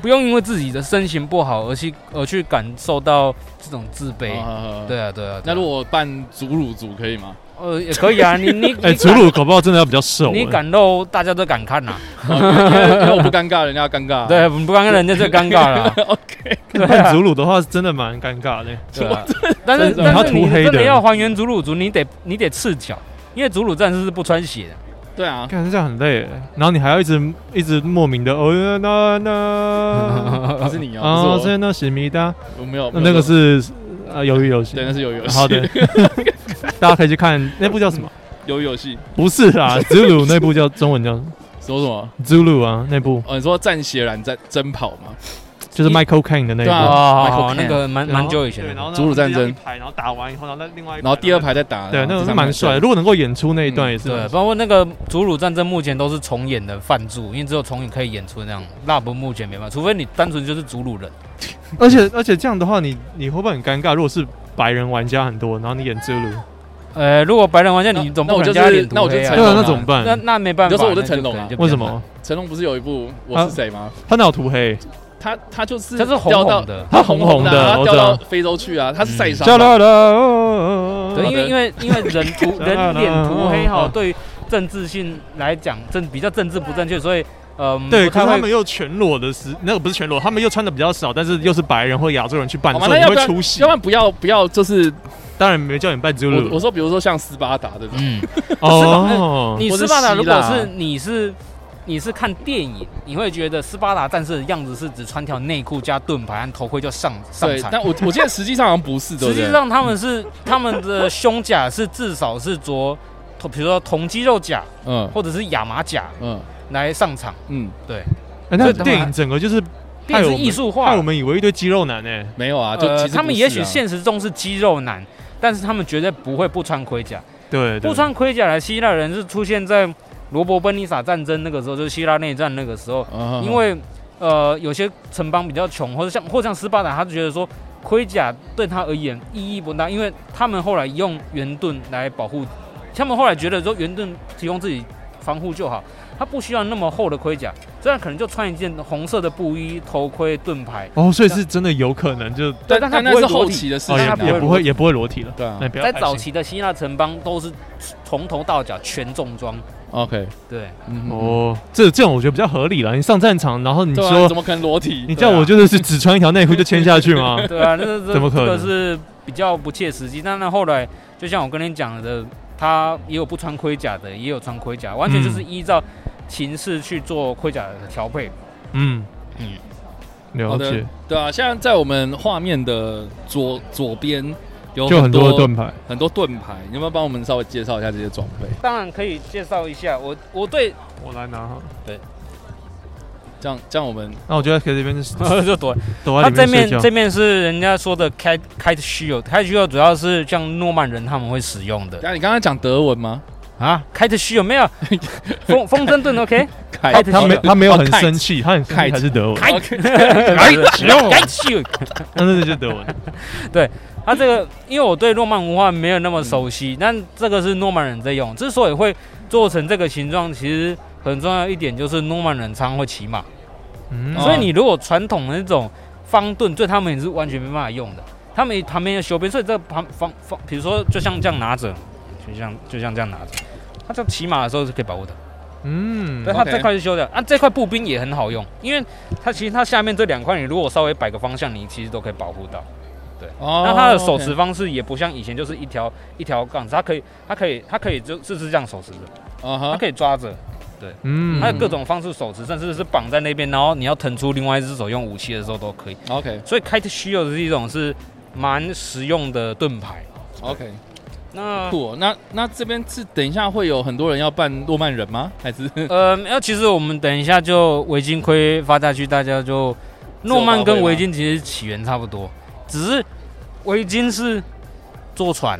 不用因为自己的身形不好而去而去感受到这种自卑。
啊。
对啊，对啊。对
那
啊
如果办祖乳族可以 吗？
呃也可以啊，你你
哎，
你
祖
敢
鲁搞不好真的要比较瘦、
你
哎
敢露，大家都敢看啊呐、
哦因为因为我不尴尬，人家尴尬。 啊
对，不敢看人家最尴尬 了。
，OK，
对
办
啊，
祖鲁的话，真的蛮尴尬的、
对啊 但是
真的
但
你要
是你
涂黑的
真的要还原祖鲁族，你得你得赤脚，因为祖鲁战士是不穿鞋的。
对 啊，
看这样很累、哎然后你还要一直一直莫名的哦那 那
不是你哦，
啊，
不是
这那史密达，
我，我没有，
那
没
那
有
个是啊呃鱿鱼游戏
对，，那是有游 戏，
好的，大家可以去看那部叫什么？
有游戏，
不是啦，Zulu 那部叫中文叫
说什么？
Zulu 啊，那部
哦，你说战血染战真跑吗？
就是 Michael Caine 的那一
对啊
部，
哦，
Michael
哦那个蛮
然后
蛮久以前
对，
的
然，后那
祖鲁战争
这样一排，然后打完以后，然后那另外一排，
然后第二排在打，
对，那个是
是
蛮帅的。如果能够演出那一段，也是
对，啊
蛮
包括那个祖鲁战争目前都是重演的范注，因为只有重演可以演出那样，那不目前没办法，除非你单纯就是祖鲁人。
而且而且这样的话，你你会不会很尴尬？如果是白人玩家很多，然后你演之路，
呃，如果白人玩家，
那
你总
那
不
我
可能
就
叫他
是
脸涂
那我就
黑啊
成
对啊，
龙
那
啊
怎么
那
办？
那没办法，
你就说我
那
是成龙
可能
啊
就比较
为什
难
么？
成龙不是有一部
啊
我是谁吗？
他哪有涂黑？
他他就是
它是红
掉到
红的
他红红的
啊他
我
掉
知道嗯
到非洲去啊，他是晒伤
加
嘛。
啦啦哦，
对，因为因为因为人 涂
想到
人
了
脸涂黑哈
嗯，
对于政治性来讲，政比较政治不正确，所以嗯，
对，
不
可
太
是他
会
们又全裸的时，那个不是全裸，他们又穿的比较少，但是又是白人或亚洲人去扮，
好
所
嘛，
以你
那要不
会
要？
出戏
要不。然不要不要，就是
当然没叫你扮之
我
路
我说，比如说像斯巴达这种，
嗯，
哦，
你
或
斯
是
巴达
希
如果
腊
是你是你是看电影，你会觉得斯巴达战士的样子是只穿条内裤加盾牌和头盔就上上
对，
场。
但我我记得实际上好像不是，对
实
不对
际上他们是他们的胸甲是至少是着，比如说铜肌肉甲
嗯
或者是亚麻甲
嗯
来上场。
嗯，
哎那
所以他们
电影整个就是
电
害我
影是
们
艺术化
害我，们以为一堆肌肉男欸呢。
没有啊，就其
呃，
实
他们
不是
也许
啊
现实中是肌肉男，但是他们绝对不会不穿盔甲。
对，对
不穿盔甲的希腊人是出现在罗伯奔尼撒战争那个时候，就是希腊内战那个时候，
嗯
因为呃有些城邦比较穷，或者像或像斯巴达，他就觉得说盔甲对他而言意义不大，因为他们后来用圆盾来保护，他们后来觉得说圆盾提供自己防护就好，他不需要那么厚的盔甲，这样可能就穿一件红色的布衣、头盔、盾牌。
哦，所以是真的有可能就
对，
但
但
他
那
不会
是
裸
后
体
期的事
哦，
情
他
啊，
也也不会也不会裸体了。哎
对啊
那不要
在
太
早
心
期的希腊城邦都是从头到脚全重装，
，OK，
对，
嗯哼，
哦，这这种我觉得比较合理了。你上战场，然后你
对啊
说
怎么啊可能裸体？
你叫我就是是 只穿一条内裤就签下去 吗？
对啊，那这
怎么可能
这个是比较不切实际。但那后来，就像我跟你讲的，他也有不穿盔甲的，也有穿盔甲，完全就是依照形式去做盔甲的调配。
嗯嗯
嗯，
了
好的
解，
对啊，现在在我们画面的左左边有
就很多
多
的盾牌。
很多盾牌，你有没有帮我们稍微介绍一下这些装备？
当然可以介绍一下，我 我对
我来拿哈，
这样这样我们
那我觉得可以这边
就躲。
躲在
他
里
这
面
面
睡觉
这。面是人家说的开开 shield，开 shield 主要是像诺曼人他们会使用的
哎那你刚刚讲德文吗？
啊，开 shield 没有风风筝盾 OK，
凯
他哦
他没他没有很生
气，
气，他很生气
凯
还是德 文，
开
哎 shield
开 shield
那那就是德文。
它这个，因为我对诺曼文化没有那么熟
嗯
悉，但这个是诺曼人在用。之所以会做成这个形状，其实很重要一点就是诺曼人常常会骑马，
嗯，
哦
所以你如果传统的那种方盾，对他们也是完全没办法用的。他们旁边要修边，所以这个旁方方，比如说就像这样拿着，就像就像这样拿着，他在骑马的时候是可以保护的。
嗯
对，，它
OK
这块是修的啊，这块步兵也很好用，因为它其实它下面这两块，你如果稍微摆个方向，你其实都可以保护到。那
那
它的手持方式也不像以前，就是一条一条杠子，它可以，它可以，它可以就是是这样手持的，它
啊哈，
可以抓着，
嗯
还有各种方式手持，甚至是绑在那边，然后你要腾出另外一只手用武器的时候都可以。
OK
所以 Kite Shield 是一种是蛮实用的盾牌。
OK
那
酷哦。那那这边是等一下会有很多人要扮诺曼人吗？还是
呃，那其实我们等一下就围巾盔发下去，大家就诺曼跟围巾其实起源差不多，只是围巾是坐船，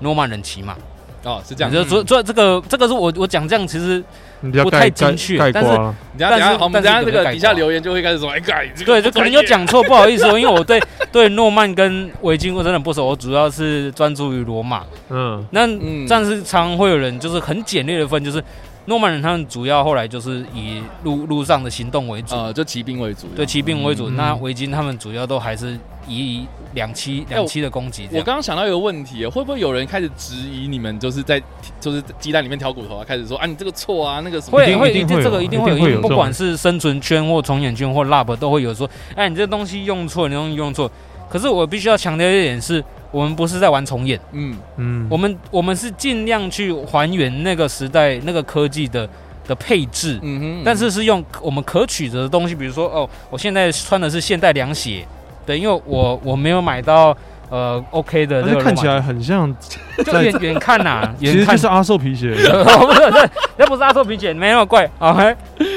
诺曼人骑马。
哦是这样？
就这这这个这个是我我讲这样其实
你比较
不
盖
太
盖
精确
盖
但是
瓜了
你嗯等
但
一下等
是
一下好我们等一
但是
下这
有
个
个
底下
盖
留言就会开始说，哎盖这个
对，
不
就可能
专
有
业
讲错，不好意思哦，因为我 对对诺曼跟维京我真的不熟，我主要是专注于罗马。
嗯，
那
嗯
但是常常会有人就是很简略的分，就是诺曼人他们主要后来就是以路路上的行动为主，
呃就骑兵为主，
对骑兵为主。
嗯
那维京他们主要都还是以两栖两栖的攻击这
哎我
样。
刚刚想到一个问题，会不会有人开始质疑你们就是在就是鸡蛋里面挑骨头啊？开始说啊，你这个错啊，那个什么？
一
会
定
会
一定会
这个
有啊
一定会
一定会有
有，
这
不
种
管是生存圈或重演圈或 lab 都会有说，哎，你这东西用错，你用用错。可是我必须要强调一点是，我们不是在玩重演，
嗯，
嗯，
我们我们是尽量去还原那个时代那个科技的的配置，
嗯哼，
但是是用我们可取得的东西，比如说哦，我现在穿的是现代凉鞋，对，因为我我没有买到呃 OK 的
但
那
是
个
看起
罗
来很像，
马就远远看呐、
其
远
实就
看哦
是嗯阿寿皮 鞋
不是，那那不是阿寿皮姐，没那么怪啊。嘿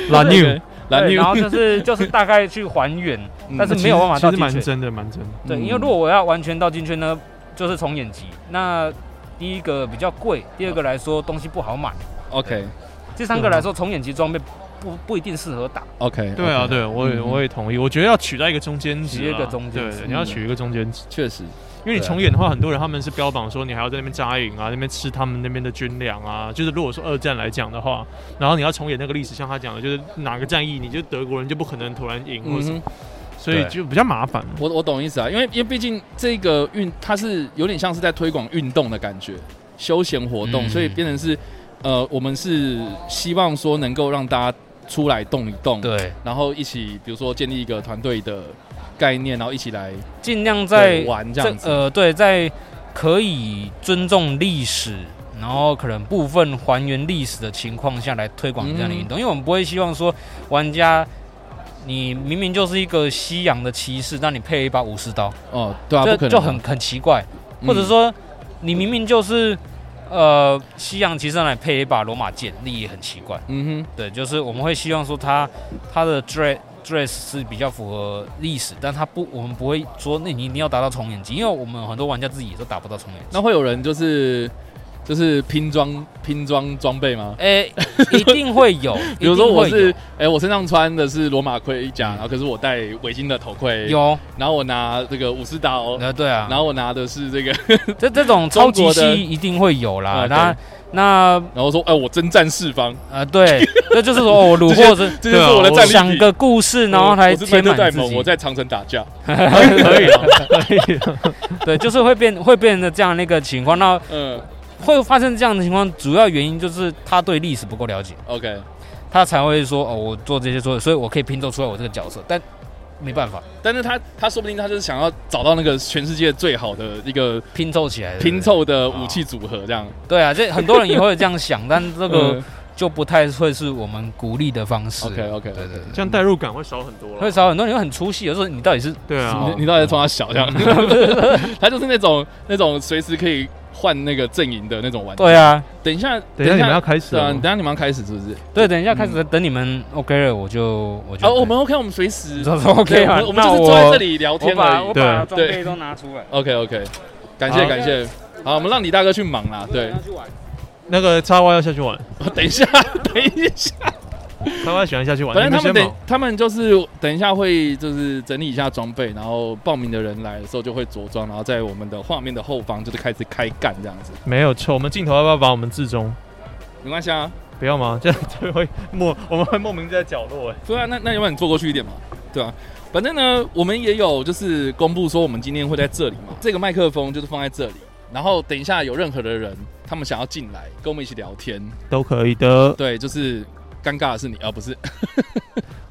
拉 new，
嗯蓝嗯
对
绿
然后就是就是大概去还原，但是没有办法
其
到
实
进
蛮
圈。
真的，蛮真的。
对，
嗯
因为如果我要完全到进圈呢，就是从演技。那第一个比较贵，第二个来说东西不好买，
OK
第三个
啊
来说从演技装备不不一定适合打。
OK，
对啊，，对，我也
嗯
我也同意。我觉得要取到一个中间值啦，啊
取一个中间值
对，你要取一个中间值，
确实，
因为你
对啊
重演的话，很多人他们是标榜说你还要在那边扎营啊，那边吃他们那边的军粮啊。就是如果说二战来讲的话，然后你要重演那个历史，像他讲的，就是哪个战役，你就德国人就不可能突然赢，或者
嗯
什么，
哼，
所以
对
就比较麻烦。
我我懂意思啊，因为因为毕竟这个运它是有点像是在推广运动的感觉，休闲活动，
嗯
所以变成是呃，我们是希望说能够让大家出来动一动，
对，
然后一起比如说建立一个团队的概念，然后一起来
尽量在
对玩这样子
呃，对，在可以尊重历史，然后可能部分还原历史的情况下来推广这样的运动，
嗯
因为我们不会希望说玩家。你明明就是一个西洋的骑士，那你配一把武士刀，
哦，对啊，不
这
可能啊
就很很奇怪。
嗯
或者说，你明明就是呃西洋骑士，那你配一把罗马剑，那也很奇怪。
嗯
对，就是我们会希望说他他的 dress dress 是比较符合历史，但他不，我们不会说那你一定要达到重演级，因为我们很多玩家自己也都达不到重演级。
哼，那会有人就是就是拼装拼装装备吗？
诶、一定会有，
比如说我
一定会
是哎、我身上穿的是罗马盔甲，然后可是我戴围巾的头盔，
有
然后我拿这个武士刀
有，，呃对啊，
然后我拿的是这个，
这这种超级
中国的
系一定会有啦
啊。
那
对
那
然后说哎、我征战四方，
呃对，这就是说 我虏获是。
这就是我
对
的
啊
战利
想
品。
个故事，然后来
我是推
填
特
满
戴
自
蒙，
己
我。在 长城打架。
可以啊，可以啊。
对，就是会变会变成这样的一个情况。那
嗯
会发生这样的情况，主要原因就是他对历史不够了解。
，OK。
他才会说哦，我做这些做，所以我可以拼凑出来我这个角色，但没办法
但是他他说不定他就是想要找到那个全世界最好的一个
拼凑 起来，对不对
拼。凑的武器组合，这样。嗯
对啊，这很多人也会这样想，但这
这
个就不太会是我们鼓励的方式。
OK OK，
对对对，
这样代入感会少很多
会
了。
少很多人会很出戏，有时候你到底 是
对啊，
你你到底在冲他小 这样？他就是那种那种随时可以换那个阵营的那种玩家。
对啊，
等一下，
等一下你们要开始
对啊，
了
等一
吗，
下你们要开始是不是？
对，等一下开始等你们 OK 了，我就我就
哦，我们 OK，我们随时
你说说 OK
对我
啊
们，我们
那
就是
我
坐在这里聊
我
天
把
而
我
已。
把
对
装备都拿出来，
OK OK，感谢
好
感谢。好，我们让李大哥去忙啦。对
要，去玩。
那个插花要下去玩，
等一下，等一下，
插花喜欢下去玩。
反正他
你
们
先
等
忙，
他们就是等一下会就是整理一下装备，然后报名的人来的时候就会着装，然后在我们的画面的后方就是开始开干这样子，
没有错，我们镜头要不要把我们置中？
没关系啊。
不要吗？这样就会莫我们会莫名在角落哎。
对啊，那那要不然你坐过去一点嘛，对啊。反正呢，我们也有就是公布说我们今天会在这里嘛，这个麦克风就是放在这里，然后等一下有任何的人他们想要进来跟我们一起聊天，
都可以的。
对，就是尴尬的是你啊，不是，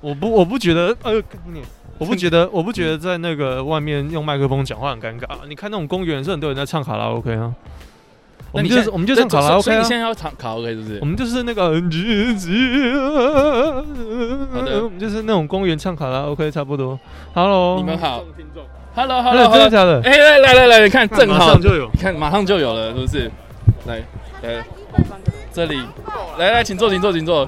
我不，我不觉得，呃，你，我不觉得，
嗯
我不觉得在那个外面用麦克风讲话很尴尬。你看那种公园是很多人在唱卡拉 OK 啊，我
那
们
你
就
现
是
在
我们就 唱卡拉
所
OK
以
啊
你，现在要唱卡拉 OK 是不是
我？们就是那个，
的
我们就是那种公园唱卡拉 OK 差不多。Hello，
你们好
嗯听众，
，Hello
真的真的
Hello，
假的？
哎，来来来来，你看正
马
好
上，就有
你看马上就有了，是不是？来来，这里，来来，请坐，请坐，请坐。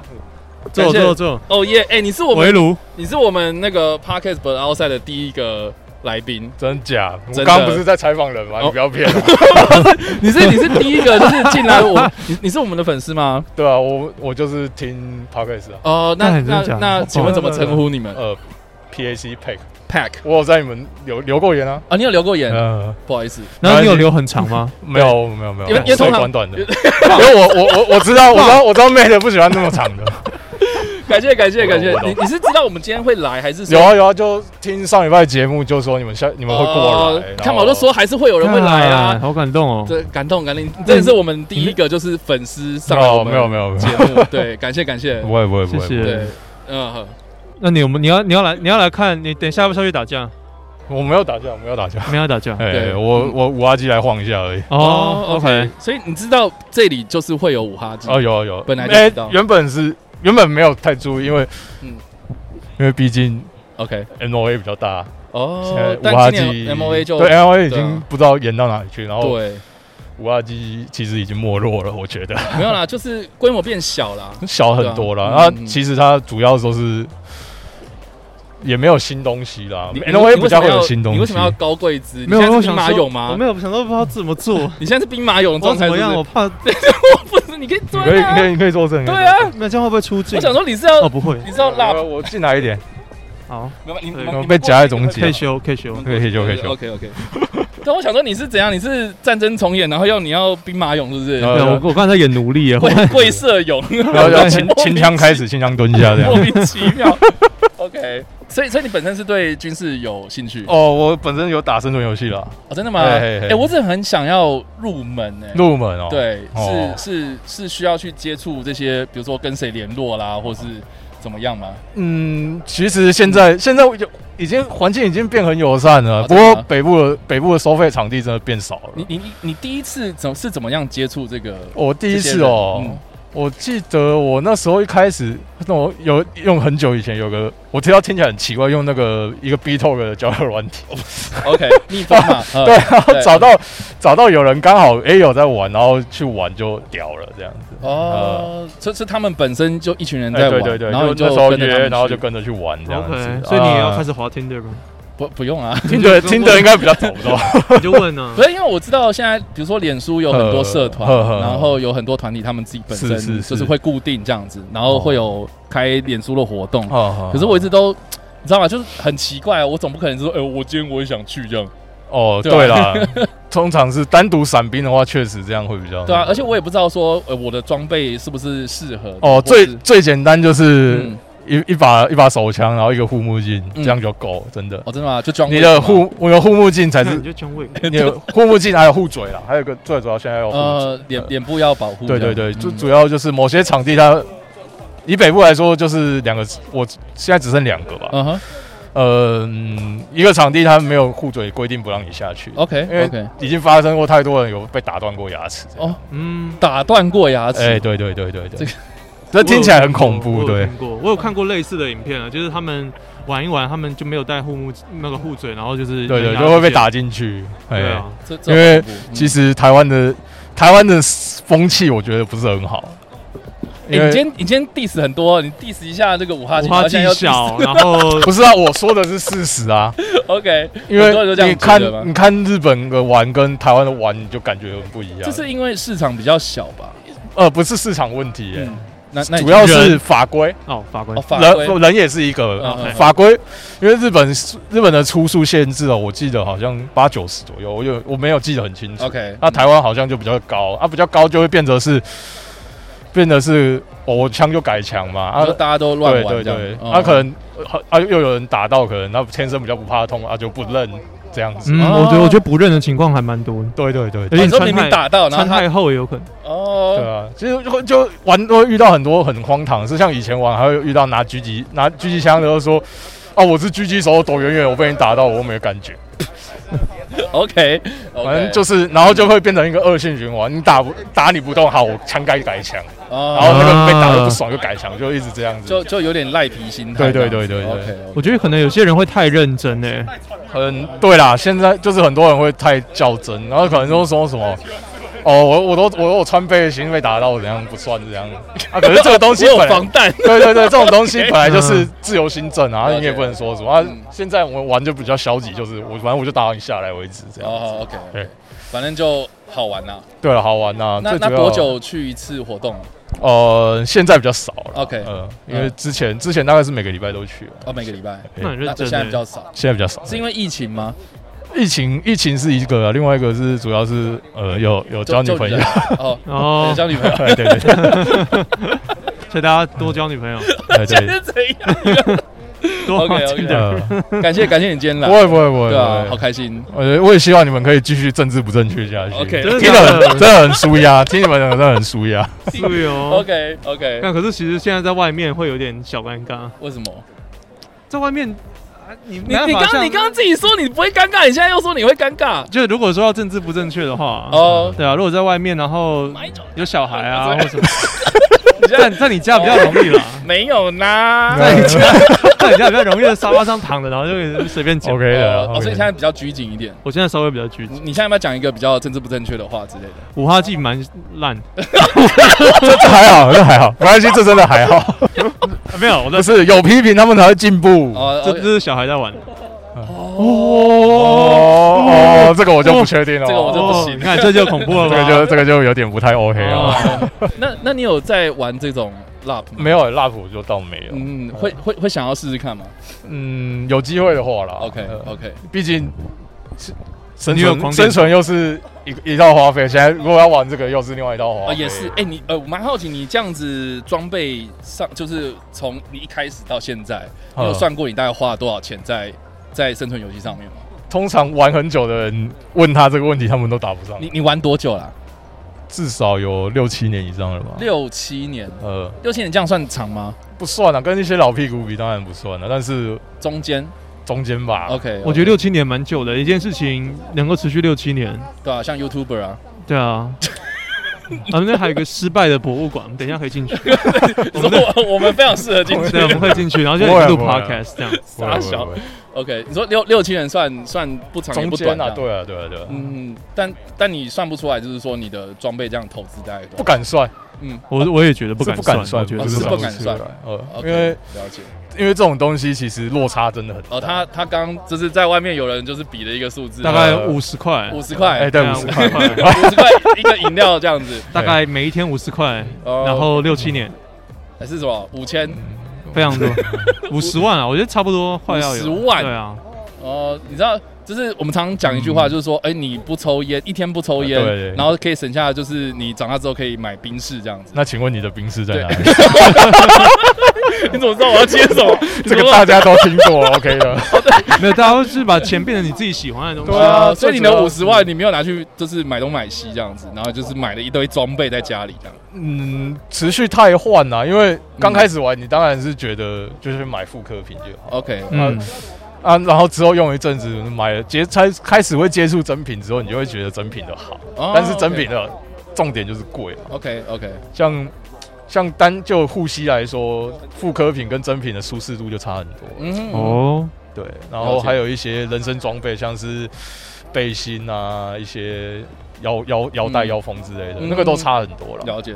坐
感谢
坐坐，
哦耶，哎，你是我
围
们，
炉
你是我们那个 Podcast But Outside 的第一个来宾。
真假？我
真的
刚刚不是在采访人吗？
哦
你不要骗 我。
你是你是第一个就是进来我，你你是我们的粉丝吗？
对啊，我我就是听 podcast 啊，
哦，
那
那
你真的
那
假的
那，请问怎么称呼你们
呃，PAC pack，
哦？Pack
我有在你们留留过言啊。
啊，你有留过言，
嗯，
不好意思，
然后你有留很长吗？
没有没有没有，
因为因为
所
通
以
常
短短 的，因为我我我我知道我知道我知道妹的不喜欢那么长 的。
感谢感谢
我
感谢
我。懂
你你是知道我们今天会来还是说
有啊有啊，就听上礼拜节目就说你们下你们会过
哦
来，啊
看嘛，我都说还是 会有人会来
哎
啊。
好感动哦。
这感动感动，这也是我们第一个就是粉丝上来我
哦
们
没有没有没
节
有，
目，对，感谢感谢
不，会不会
谢
不会，
谢
对。，嗯，好
那你我们你要你要来你要来看你等一下要不要下去打架？
我没有打架我没有打架。
没有打架。
哎，
对
我我五阿基来晃一下而已。
哦，OK，
所以你知道这里就是会有五哈基
哦，有啊有啊，
本来就
哎
知道
原本是原本没有太注意，因为
嗯
因为毕竟
，OK，
N O A 比较大，现在
哦，
五
但
阿
今
基
年 M O A 就
对 N O A 已
对啊
经不知道延到哪里去，然后
对，
五阿基其实已经没落了，我觉得
没有啦，就是规模变小啦，
小很多了。
对啊
那
嗯嗯
其实它主要都是也没有新东西啦。
你
N O A
你
比
为
较
什么
会有
要
新东西。
你为什么要高贵资？
没有，
你现在
我
是
想
兵马
说
俑
我
吗？
没有想到不知道怎么做，
你现在是兵马俑的
我
状
怎
态
么
是
样？我
不
怕，
是？不是，你可以
你
蹲
可以，你
啊
可以，你可以做这个。
对啊，
那这样会不会出镜？
我想说你是
哦，
要，
不会，
你知道辣
我，我进来一 点。
好，
没有你
对
你们
被夹在中
啊
间
可以修，可以修。
嗯
可以可以修可以修
OK OK。但我想说你是怎样？你是战争重演，然后要你要兵马俑是不是？
呃
对，我我刚才在演奴隶啊，我
贵贵社俑，
然后 要清清枪开始，清枪蹲下这样
莫。名其妙。OK，所以所以你本身是对军事有兴趣哦？
哦，我本身有打生存游戏啦，
真的吗？
嘿嘿嘿
哎、我真的很想要入门哎、
入门哦。，
对，
哦
是是是需要去接触这些，比如说跟谁联络啦，或是怎么样吗？
嗯，其实现在现在有已经环境已经变很友善了，
哦
不
真的
过
吗
北部的北部的收费场地真的变少了
你。你你你第一次怎是怎么样接触这嗯个？
我第
第
一次哦，我记得我那时候一开始，那我有用很久以前有个，我听到听起来很奇怪，用那个一个 B Talk 的交友软体，
OK，蜜蜂嘛，嗯
对，然后
哦对
找到找到有人刚好也有在玩，然后去玩就屌了这样子。
哦，这是他们本身就一群人在
呃哎
玩，
对对对，
然后你
就那时候
跟着他
约，
们
然后
去
就跟着去玩这样子
OK，。所以你也要开
始
始滑 Tinder 吗？
不不用啊，
听着听着应该比较早吧？
你就问啊呢
不。是因为我知道现在比如说脸书有很多社团
呵呵呵，
然后有很多团体他们自己本
是是
身
是
就是会固定这样子，然后会有开脸书的活动，
哦
可是我一直都。你知道吗？就是很奇怪，我总不可能说，哎、我今天我也想去这样，
哦，对
对啊
啦
吧，
通常是单独伞兵的话，确实这样会比较
对啊，而且我也不知道说，呃，我的装备是不是适合
哦，
或是
最最简单就是
嗯，
一一把一把手枪，然后一个护目镜，这
嗯
样就够，真的。
哦，真的吗？就装
你
备
的
吗
护，我的护目镜才
那
是
你，就姜伟，
你的护目镜还有护嘴啦，还有个最主要现在要护
呃
嘴
脸脸部要保护这
对
样，
对对，就
嗯
主要就是某些场地它，以北部来说就是两个，我现在只剩两个吧，
嗯哼
呃，嗯一个场地它没有护嘴规定不让你下去，因
哦，OK
为
OK，
已经发生过太多人有被打断过牙齿这样，
哦，
嗯，
打断过牙齿，
哎，对对对对
这
对
个，
这听起来很恐
我
怖，
有
对
听，过，我有看过类似的影片啊，就是他们玩一玩，他们就没有戴护目那个护嘴，然后就是
对对，
牙
就会被
齿
打进去，
对
哎。
啊，
这这
因为
很恐怖
其
嗯
实台湾的台湾的风气，我觉得不是很好。
欸你今天你今天 diss 很多，你 diss 一下这个五花
五
镜，
花
然
技
后现在又
巧，
diss
然后
不是啊，我说的是事实啊，
OK，
因
很多人都这样
为你看
觉得吧
你看日本的玩跟台湾的玩，你就感觉很不一样。
这是因为市场比较小吧？
呃，不是市场问题、欸
嗯，那那你
主要是
人
法规，
哦法官
哦，法规
人人也是一个、
嗯嗯
法规，因为日本日本的出数限制哦，我记得好像八九十左右，我有我没有记得很清楚。
OK，
那台湾好像就比较高，啊，比较高就会变得是变得是，哦、我枪就改枪嘛，啊
就，大家都乱
对
玩
对
这样
对，，
嗯
他可能啊又有人打到，可能他天生比较不怕痛啊，就不认这样子。
嗯，我觉得我觉得不认的情况还蛮多的，
对对对
而
对
且
你
你
说
穿
明明
太
打到，然后
穿
他
太厚也有可能，
对
哦，
啊，其实就就玩都会遇到很多很荒唐的事，像以前玩还会遇到拿狙击拿狙击枪的时候说。哦，我是狙击手，躲远远，我被你打到，我没有感觉。
OK，
啊反正就是，然后就会变成一个恶性循环。你打不打你不动，好，我枪改改枪，然后
哦，
那个被打的不爽就改枪，就一直这样子。
就就有点赖皮心态这啊
对
样子，
对对对对
OK，
我觉得可能有些人会太认真欸诶，
哎
很对啦，现在就是很多人会太较真，然后可能就说什么。哦，我我都我我穿背心被打到怎样不算这样啊？可是这个东西
我有
本来
防弹，
对对对，这种 东西
OK
本来就是自由新政啊，
嗯
你也不能说什么啊
嗯。
现在我们玩就比较消极，就是我反正我就打到你下来为止这样。
哦，OK，
对
反正就好玩呐。
对了，好玩呐。
那
最
那
主要
多？久去一次活动？
呃，现在比较少了。
OK
嗯，因为之前之前大概是每个礼拜都去，
哦，每个礼拜，
那很
那
认
现在
真
比
欸
较少，
现在比较少。
是因为疫情吗？
疫情疫情是一个啊，另外一个是主要是呃有有
就
交女朋友
就人。哦，
哦
有，交女朋友。
对对对对
所以大家多交女朋 友，
对
现
对
在。是怎样？
多滑
OK，OK
进的。
呃
感谢感谢你今天
不
来，
会不会不会，
对啊，好
不会
开心。
我觉得我也希望你们可以继续政治不正确下去。
OK
听得很真的很舒压，听你们讲真的很舒压。
对哦。
OK OK，
但可是其实现在在外面会有点小尴尬，
为什么？
在外面，啊你
你你刚你刚刚自己说你不会尴尬，你现在又说你会尴尬
就如果说要政治不正确的话，
哦。
对啊，如果在外面，然后有小
哎
孩 啊或什 么，
你现
在
在
在你家比较容易啦，
没有啦。
在你家
哦
在你家比较容易在沙发上躺着，然后就随便讲。
OK 的
哦，哦，所以现在比较拘谨一点。
我现在稍微比较拘
你
谨，
你现在要不要讲一个比较政治不正确的话之类的？
五花季蛮烂，
这还好，这还好，没关系，这真的还好。
没有，我在
不是有批评他们才会进步。哦
哦，
这嗯这是小孩在玩。
哦这个我就不确定了，
这个我就不行
哦你看这就恐怖了
这个
吧？
就这个就有点不太 OK 了。
哦，那那你有在玩这种 lap 吗？
没有 l 普就倒没有，
嗯，会会会想要试试看吗
嗯，有机会的话啦。
？OK
呃
OK，
毕竟是生
你有狂
存
点
生存又是一一道花费，现在如果要玩这个又是另外一道
啊
花费。
也是，哎，你呃，我蛮好奇你这样子装备上，就是从你一开始到现在，你有
嗯
算过你大概花了多少钱在在生存游戏上面吗？
通常玩很久的人问他这个问题，他们都答不上。
嗯
你你玩多久啦？
至少有六七年以上了
嗯
吧？
六七年，
呃，
六七年这样算长吗？
不算了，啊跟一些老屁股比当然不算了，但是
中间
中间吧。
，OK，
啊我觉得六七年蛮久的，一件事情能够持续六七年，
对啊，像 YouTuber 啊，
对啊。啊，那还有一个失败的博物馆，我们等一下可以进去，
你说我我 们非常适 合进去
对，我们会进去，然后就
不会啊
录
不会啊
podcast 这样。
不会
傻小
不会不会
OK，你说六六七人算算不长也
中
不短
间
的
啊，，对啊，对啊，对啊，
嗯，但但你算不出来，就是说你的装备这样投资大概多
不
少
敢算，
我我也觉得不
是
敢
不敢
算，
算，
我觉得
哦
是
是
不
不
敢
敢算
算，呃，因
OK，
为
了解。
因为这种东西其实落差真的很大。
哦，他他刚就是在外面有人就是比了一个数 字，
大概五十块，
五十块
啊哎，，对，
啊
五十块，
五十块一个饮料这样子，
大概每一天五十块，
哦
然后六七年，
还是什么五千？
非常多，五十万啊，我觉得差不多快要有
50万
对啊，
哦，你知道，就是我们常常讲一句话，就是说，哎，你不抽烟，一天不抽
嗯对对
烟，
对
然后可以省下，就是你长大之后可以买冰室这样子。
那请问你的冰室在
对
哪里？
你怎么知道我要接什么？
这个大家都听过 ，OK 的。
没有，大家都是把钱变成你自己喜欢的东
对
西。
啊，
啊
所以你
最主
的
要
五十万你没有拿去，就是买东买西这样子，然后就是买了一堆装备在家里这样。
嗯，持续太换啦，因为刚开始玩，你当然是觉得就是买复刻品就好
OK，
嗯，
啊，然后之后用一阵子买了，接才开始会接触真品之后，你就会觉得真品的好，
哦
但是真品的重点就是贵啊，
OK OK，
像。像单就护膝来说，复刻品跟真品的舒适度就差很多。
嗯，
哦，
对，然
了
后
解
还有一些人身装备，像是背心啊，一些腰腰腰带、
嗯
腰封之类的，
嗯
那个都差很多了。
了解。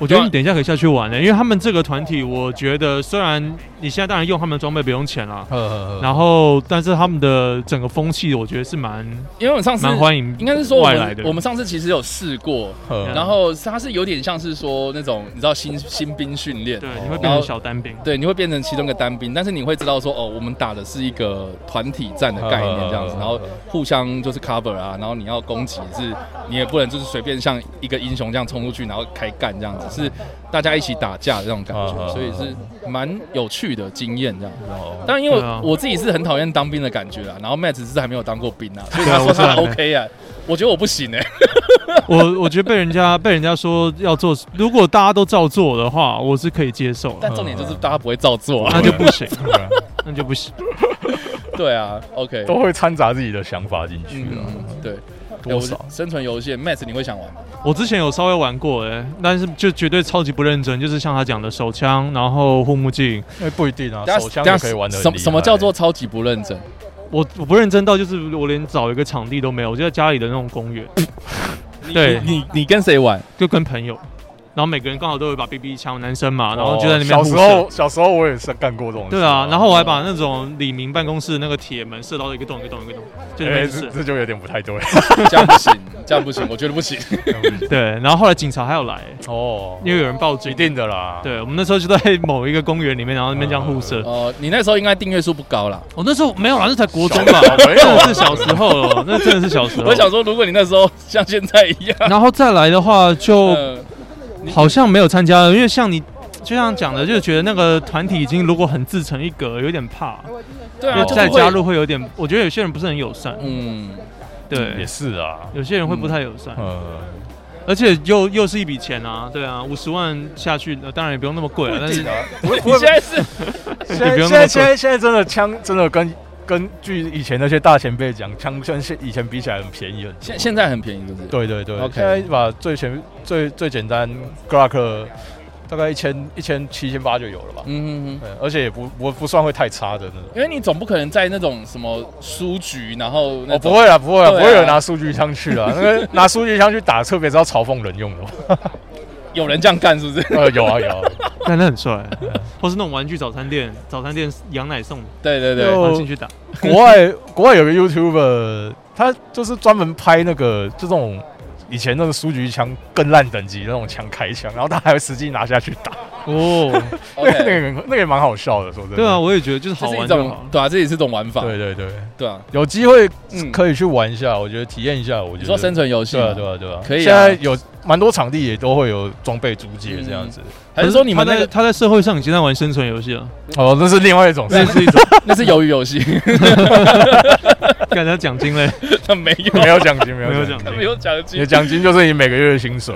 我觉得你等一下可以下去玩的、欸因为他们这个团体，我觉得虽然你现在当然用他们的装备不用钱啦，
呃，
然后但是他们的整个风气，我觉得是蛮
因为我们上次
蛮欢迎，
应该是说我
外来
们
的
我们上次其实有试过，
嗯
然后它是有点像是说那种你知道新新兵训练，
对你会变
然后
成小单兵，
对，你会变成其中一个单兵，但是你会知道说哦，我们打的是一个团体战的概念这样子，
嗯
然后互相就是 cover 啊，然后你要攻击是，你也不能就是随便像一个英雄这样冲出去然后开干这样子，是大家一起打架的那种感
嗯
觉，
嗯
所以是蛮有趣的经验这样。
哦
当然，因为
对啊
我自己是很讨厌当兵的感觉啦，然后 Matt 是还没有当过兵啊，
嗯
所以
对啊
他说
我是
他
还没
OK 啊，我觉得我不行哎、
我我觉得被人家被人家说要做，如果大家都照做的话，我是可以接受的，
但重点就是大家不会照做啊。
嗯
那就不行， 那就不行。
对啊，OK，
都会掺杂自己的想法进去
嗯
了，，
对，
多少
有生存游戏，Matt 你会想玩吗？
我之前有稍微玩过哎、但是就绝对超级不认真，就是像他讲的手枪，然后护目镜，
因为不一定啊，
等下
手枪
等
也
下
可以玩的。
什么什么叫
哦
做超级不认真？
我我不认真到就是我连找一个场地都没有，我就在家里的那种公园，对，
你你跟谁玩？
就跟朋友，然后每个人刚好都有一把 BB 枪，男生嘛，
哦？
然后就在那边
小
互
时
射。
候，小时候我也是干过这种事。
对啊，然后我还把那种李明办公室那个铁门射到一个洞一个洞一个洞，就那
哎，
边
这
射。
这就有点不 太对
这样不行，这样不行，我觉得不行。
对，然后后来警察还有来、
哦，
因为有人报警。
一定的啦。，
对，我们那时候就在某一个公园里面，然后那边这样互射。我、
哦，你那时候应该订阅数不高啦。
那时候没有啦，那才国中吧，真
没
的
有
是小时候 了，那真的是小时候。
我想说，如果你那时候 像现在一样，
然后再来的话，就
嗯
呃
好像没有参加了，因为像你就像讲的，就觉得那个团体已经如果很自成一格，有点怕，
对啊，
就
就是
再
会
加，入会有点，我觉得有些人不是很友善，
嗯，
对
也，是啊。
有些人会不太友善，
呃，
而且又又是一笔钱啊，对啊，五十万下去，呃当然也不用那么贵了，但是
啊 你现在是
也
现在
不用那么
现在
贵
现在现在真的枪真的跟跟据以前那些大前辈讲，枪跟现以前比起来很便宜很多。
现现在很便宜，是不是？
对对对
OK
现在把最前最最简单 Glock 大概一千一千七千八就有了吧，
嗯嗯嗯。
嗯，而且也不我不算会太差的那种。
因为你总不可能在那种什么书局，然后那
哦，
种
不会啦，不会啦，
对啊
不会有人拿数据枪 去啦。那个拿数据枪去打，特别是要嘲讽人用的。
有人这样干，是不是？
呃，有啊有啊，
但那很帅，或是那种玩具早餐店，早餐店羊奶送的，
对对
就
对，
然后进去打。
国外国外有个 YouTuber，他就是专门拍那个就这种以前那个书局枪更烂等级的那种枪开枪，然后他还会实际拿下去打，
哦，
那
OK
个那个那个也蛮好笑的，说真 的。
对啊，，我也觉得就是好
这是一
玩就
种
好。
对啊，这也是一种玩法，
对对对，
对啊。
有机会
嗯
可以去玩一下，我觉得体验一下，我觉得
你说生存游戏
对
嘛，
啊对啊对啊，
可以啊
现在有蛮多场地也都会有装备租借这样子，
还是说你们
他
那
在
个
他在社会上已经在玩生存游 戏了，
嗯
哦，那是另外一种。
这是一种
那是鱿鱼游戏？
给他奖金 嘞。
他没有，
没有奖金，没
没有
有
奖
奖
金
他
金，
没有奖
你
金
的奖金就是你每个月的薪水。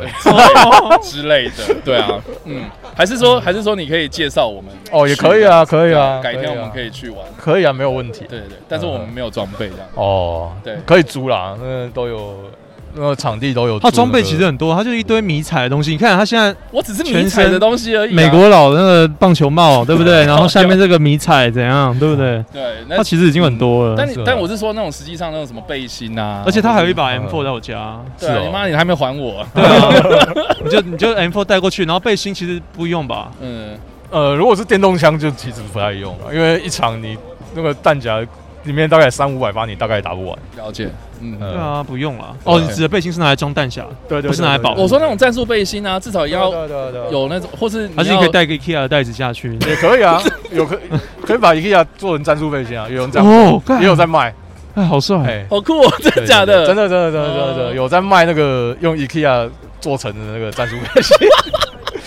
之类的，对啊，嗯，还是说还是说你可以介绍我们
哦，也可以啊，可以啊，
改天我们可
以
以去玩，
啊，可以啊，没有问题。
对对对，但是我们没有装备这样，
哦，
对
可以租啦，那都有，那个场地都有租
他
那个。
装备其实很多，他就一堆迷彩的东西。你看他现在
我只是迷彩的东西而已啊。
嗯美国佬那个棒球帽，对不 对？然后下
哎
面这个迷彩怎样，对不对？
对，那
他其实已经很多了
但，你但我是说那种实际上那种什么背心啊，
而且他还有一把
嗯
M4 在我家。
对啊
是哦
你妈你还没还我，
对啊，你就你就 M4 带过去，然后背心其实不用吧？
嗯，
呃，如果是电动枪，就其实不太用啊了，因为一场你那个弹夹里面大概三五百发，你大概也打不完。
了解，嗯。
对
呃，
啊，不用了。哦，你指的背心是拿来装弹匣，
对
不是拿来保
我说那种战术背心啊，至少也要
有
有那种，或是你
还是你
要
可以带个 IKEA 的袋子下去。
也可以啊， 有可可以把 IKEA 做成战术背心啊，也有人这样，
哦，干
也有在卖，
哎，好帅！
哎，
好酷，哦，真的假的？哦
真的真的真的真的真的有在卖那个用 IKEA 做成的那个战术 背心，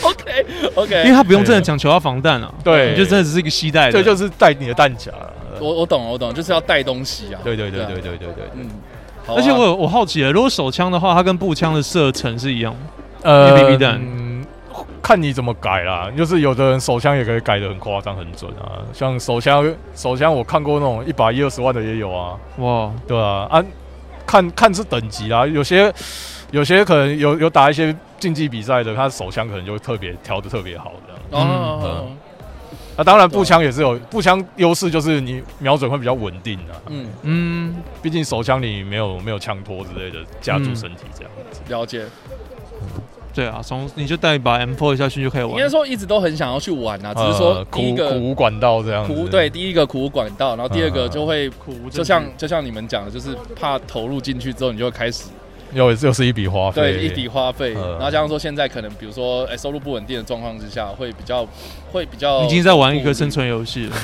OK
因为
OK，
他不用真的讲求要防弹啊，
对
你就真的只是一个吸带的。
对，就是带你的弹夹。啊
我我懂我懂，就是要带东西啊。
对对对对
啊，
对对对，
哦
嗯，好啊
而且我有我好奇了，如果手枪的话，它跟步枪的射程是一样的，
呃
BB 弹
嗯看你怎么改啦。就是有的人手枪也可以改的很夸张、很准啊，像手枪，手枪我看过那种一百一二十万的也有啊，
哇，
对啊，啊，看看是等级啦，有些有些可能有有打一些竞技比赛的，他手枪可能就会特别调的特别好这样。
哦哦哦，
啊，当然步枪也是有步枪优势，就是你瞄准会比较稳定啊，
嗯，
嗯，
毕竟手枪你没有没有枪托之类的夹住身体这样子。
了解。
对啊，从你就带一把 M4 下去就可以
应该
玩。
说一直都很想要去玩啊，只
呃
是说第
苦
一个
苦无管道这样子。
苦对，第一个苦无管道，然后第二个
嗯
就会
苦无证据
就像就像你们讲的，就是怕投入进去之后，你就会开始
又又是一笔花费，
对一笔花费，
嗯
然后加上说现在可能比如说哎收入不稳定的状况之下，会比较会比较
你已经在玩一个生存游戏了，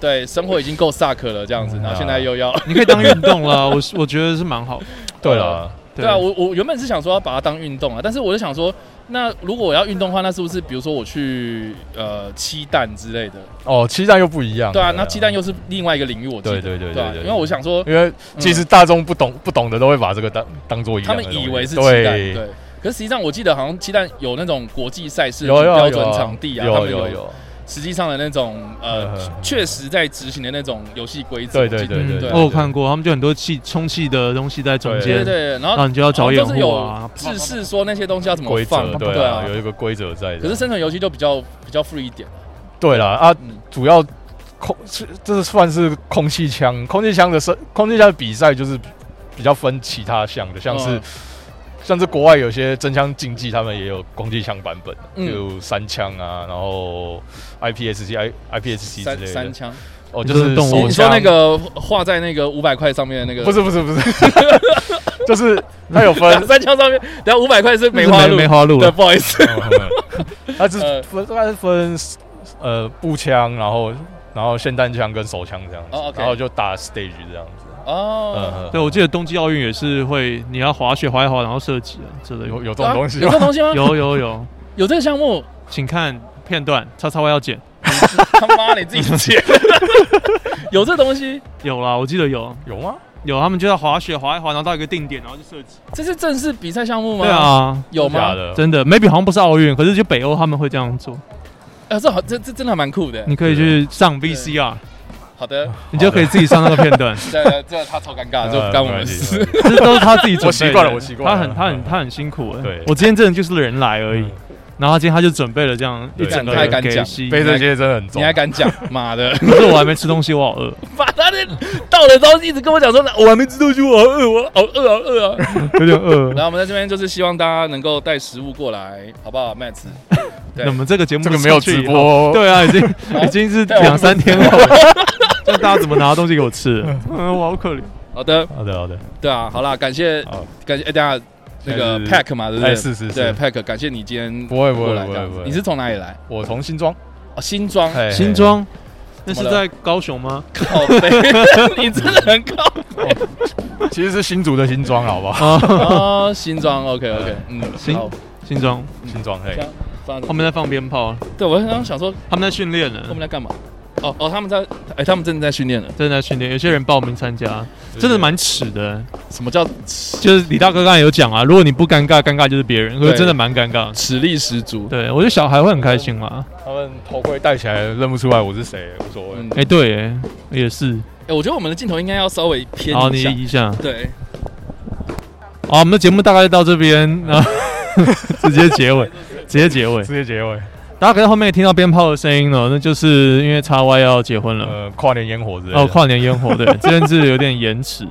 对生活已经够 suck 了这样子，
嗯
然后现在又要
你可以当运动了，我我觉得是蛮好的。
对了，
对啊，我我原本是想说要把它当运动啊，但是我就想说，那如果我要运动的话，那是不是比如说我去呃鸡蛋之类的？
哦，鸡蛋又不一样。
对啊，那鸡蛋又是另外一个领域，我记得
对对对
对啊
对对
因为我想说，
因为其实大众不懂不懂的都会把这个当当做一
嗯他
样的
们
东西，
以为是鸡蛋，
对
对。，可是实际上，我记得好像鸡蛋有那种国际赛事的
有有
标
有
准场地啊，他
有
们
有有，
实际上的那种呃
呵呵，
确实在执行的那种游戏规则。
对对
我记得
对对
嗯
对，
我有看过，他们就很多气充气的东西在中
对
间，
对，然
然后
后
你就要找
然
掩
后就是
护
有
啊。
制式说那些东西要怎么
规
放
则，，对
啊
啊，。有一个规则在的。
可是生存游戏就比较比较 free 一点，
对了啊，
嗯，
主要空是这算是空气枪，空气枪的是空气枪的比赛就是比较分其他项的，像是、
嗯
像是国外有些真枪竞技，他们也有空气枪版本，
嗯
有三枪啊，然后 IPSC、I IPSC 之类
三
的，
三枪。
哦，就是
你说是动物
手
你说
枪
那。个画在那个五百块上面的那个，
不是不是不是， 就是它有 分，
三枪上面，等下五百块是梅
那
花
是
鹿，
梅花鹿啊
对，
了，
不好意 思，
它是
呃
分它是分呃步枪，然后然后霰弹枪跟手枪这样子
哦，，OK
然后就打 stage 这样子。
哦
嗯，
对，我记得冬季奥运也是会，你要滑雪滑一滑，然后射击啊之类
有
的。
有这种东西
有
吗
这？种东西吗？
有有有，
有这个项 目，
请看片段，叉叉 Y 要剪。
他妈你自 己剪，有这东西，
有啦，我记得有
有吗？
有，他们就在滑雪滑一滑，然后到一个定点，然后就射击。
这是正式比赛项目吗？
对，啊，
有
假
吗？
的？
真的，maybe 好像不是奥运，可是就北欧他们会这样做。
啊，这好，这这真的还蛮酷的。
你可以去上 VCR，
好 的，
你就可以自己上那个片段。
这这他超尴尬，这不干我们的事。
呃。没关系没关系
这都是他自己准备的。
我习惯了我习惯了嗯
他很他很他很辛苦哎。
对
我今天真的就是人来而已
嗯。
然后他今天他就准备了这样一
对
整个
太敢
给
讲
息。
背这些真的很
你
重啊
还。敢 讲？妈的，
可是我还没吃东西，我好饿。
把他的到了之后一直跟我讲说，我还没吃东西，我好哦饿，我好饿，好饿啊！
有点饿
然。后我们在这边就是希望大家能够带食物过来，好不好，Matt？对
那么这个节目
这个没有
出去
直
以后，
哦
播，，
对啊，已经已经是
对我们
两三天 后了，这大家怎么拿东西给我 吃？嗯，我好可怜。
好的，
好的好的，
对啊，好啦，感谢
好
感谢，哎，等一下那个
现在是
Pack 嘛，对不对？
哎是是
对
是
Pack，感谢你今天
不会不
过
会
来
不
这
会
样
不
子
会，
你是从哪里来？
我从新庄，
哦，新庄
嘿
新，庄，那
怎
是
么了
在高雄吗？
靠背， 你真的很靠
嘿其实是新竹的新庄，好不好？
啊，
哦，新庄，OK OK，嗯，
新
好
新庄，
新庄嘿
这，样放
他们在放鞭炮，
对我刚刚想说
他们在训练
他们
呢，
在干嘛？哦哦，他们在，哎，他们正在训练了。
正在训练。有些人报名参加，真的蛮耻的。
什么叫
就是李大哥刚才有讲啊，如果你不尴尬，尴尬就是别人，可是
对
真的蛮尴尬。
实力十足？
对，我觉得小孩会很开心嘛。
他们头盔戴起来认不出来我是谁，无所谓
嗯。，
哎、对、哎，也是。
哎，我觉得我们的镜头应该要稍微偏
好，
一
你
下。
移一下。
对，
好，我们的节目大概就到这边，然后 直接结 尾，直接结尾。
直接结尾，
大家可能后面也听到鞭炮的声音了，那就是因为叉 Y 要结婚了，
呃，跨年烟火
啊
之类的。
哦，跨年烟火对，这边是有点延 迟，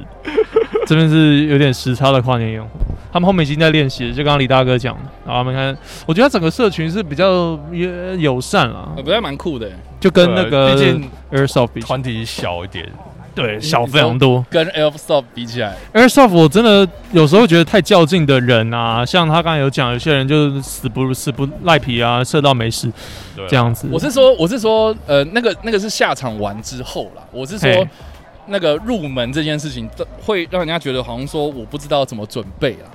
这边是有点时差的跨年烟火。他们后面已经在练习了，就刚刚李大哥讲的，然后他们看，我觉得他整个社群是比较友友善啊啦
呃，不太蛮酷的，
就跟那个
对毕竟
Airsoft 比起，
团体小一点，
对小非常多。
跟 Elf Stop 比起来，
Airsoft 我真的有时候觉得太较劲的人啊，像他刚才有讲，有些人就是死不死不赖皮啊，射到没事
对啊
这样子。
我是说，我是说，呃，那个那个是下场完之后啦，我是说
嘿。
那个入门这件事情，会让人家觉得好像说我不知道怎么准备啦。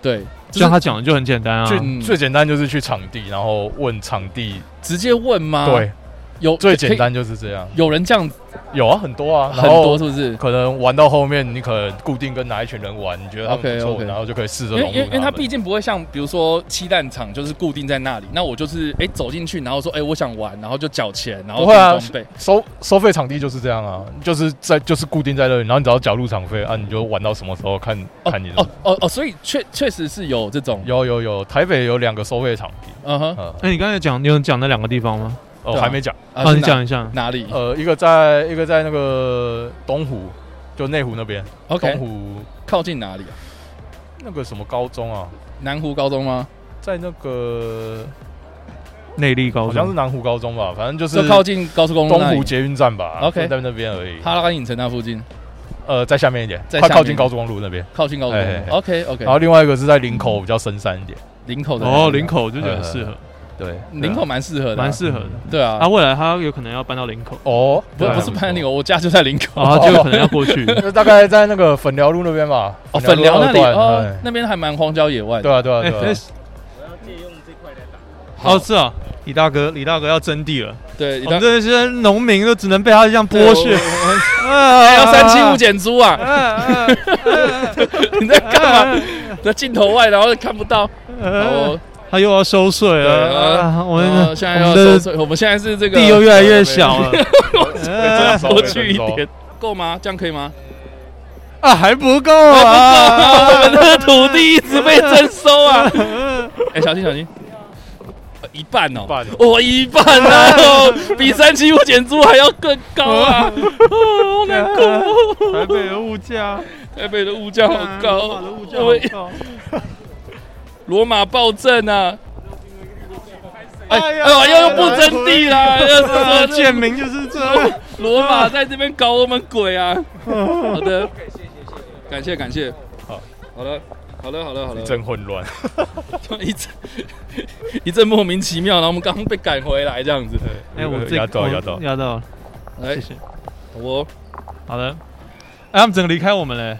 对，就
像
是
他讲的就很简单啊，
嗯
最最简单就是去场地，然后问场地。
直接问吗？，
对，
有
最简，单就是这样
啊可。以有人这样
有啊，很多啊，
很
然后
多是不是？
可能玩到后面，你可能固定跟哪一群人玩，你觉得他们不错
OK，OK
然后就可以试着
因为
融
因为因
入
为它
他
毕
们。
竟不会像比如说鸡蛋厂就是固定在那里，那我就是哎、走进去，然后说哎、我想玩，然后就缴钱，然后
不会啊
订装备。
收收费场地就是这样啊，就是在就是固定在那里，然后你只要缴入场费啊，你就玩到什么时候看看你
哦
的。
哦哦，所以确确实是有这种，
有有有，台北有两个收费场地，
嗯哼，
呃，
哎那、你刚才讲，你有讲那两个地方吗？
哦
对啊
还没讲，
啊，
是
你
哪
讲一下。
哪里
呃，一个在一个在那个东湖，就内湖那边，东
？OK，
湖
靠近哪里啊？
那个什么高中啊，
南湖高中吗？
在那个
内力高
好像是
中，
南湖高中吧，反正就是
就靠近高速公路
东
那
湖
里，
捷运站吧
OK
就在那边而已。
哈拉干影城那附近，
呃，在下面一点，
在
快
下
靠
面
近高速公路那边。
靠近高速
哎
公
哎哎
路。OK OK，
然后另外一个是在林口，比较深山一点。
林口的
哦，林，口就觉得很适合，
对，
啊林口蛮适合的啊，
蛮适合的。
对啊
啊，，未来他有可能要搬到林口，
哦，
不
对啊
不是潘尼，，我家就在林口，
啊，就有可能要过 去。
就大概在那个粉寮路那边吧。
哦，粉寮那里
段
哦，那边还蛮荒郊野外的。
哎对啊，对啊，
哎，
对
那
啊。
是哦，是啊，李大哥，李大哥要征地了，
对，
我们这些农民都只能被他这样
对
剥削，
我我
还
还要三七五。减租啊！
啊
你在 干嘛？在镜头外，然后看不到。哦，
他啊又要收税
对啊
了，啊哎我们
呃现在要
我们
收
的
税，我们现在是这个
地又越来越小了。
样
啊
收
多去一点，够吗？这样可 以吗？
啊，还不够
啊，我们
啊！
的土地一直被征 收啊！哎，小心小心。呃一半哦，
半
我一 半啊，哦比三七五减租还要更高啊！哦好难过 哦，
台北的物价，
台北的物价好高
啊罗马的物，价
我
好高。
罗马暴政啊！
哎
哎哎
呀
呦，又又不争地啦，又
啊
是
贱民就是这样。
罗马在这边搞我们 鬼啊！好的，感谢感谢，
好，
好了。好了好了好了，
一阵混乱。
一阵 一阵莫名其妙，然后我们刚刚被赶回来这样子。
哎，我这
压
我
到压到，
压到了，
来
谢，谢。
我
好的，哎，他们整个离开我们嘞，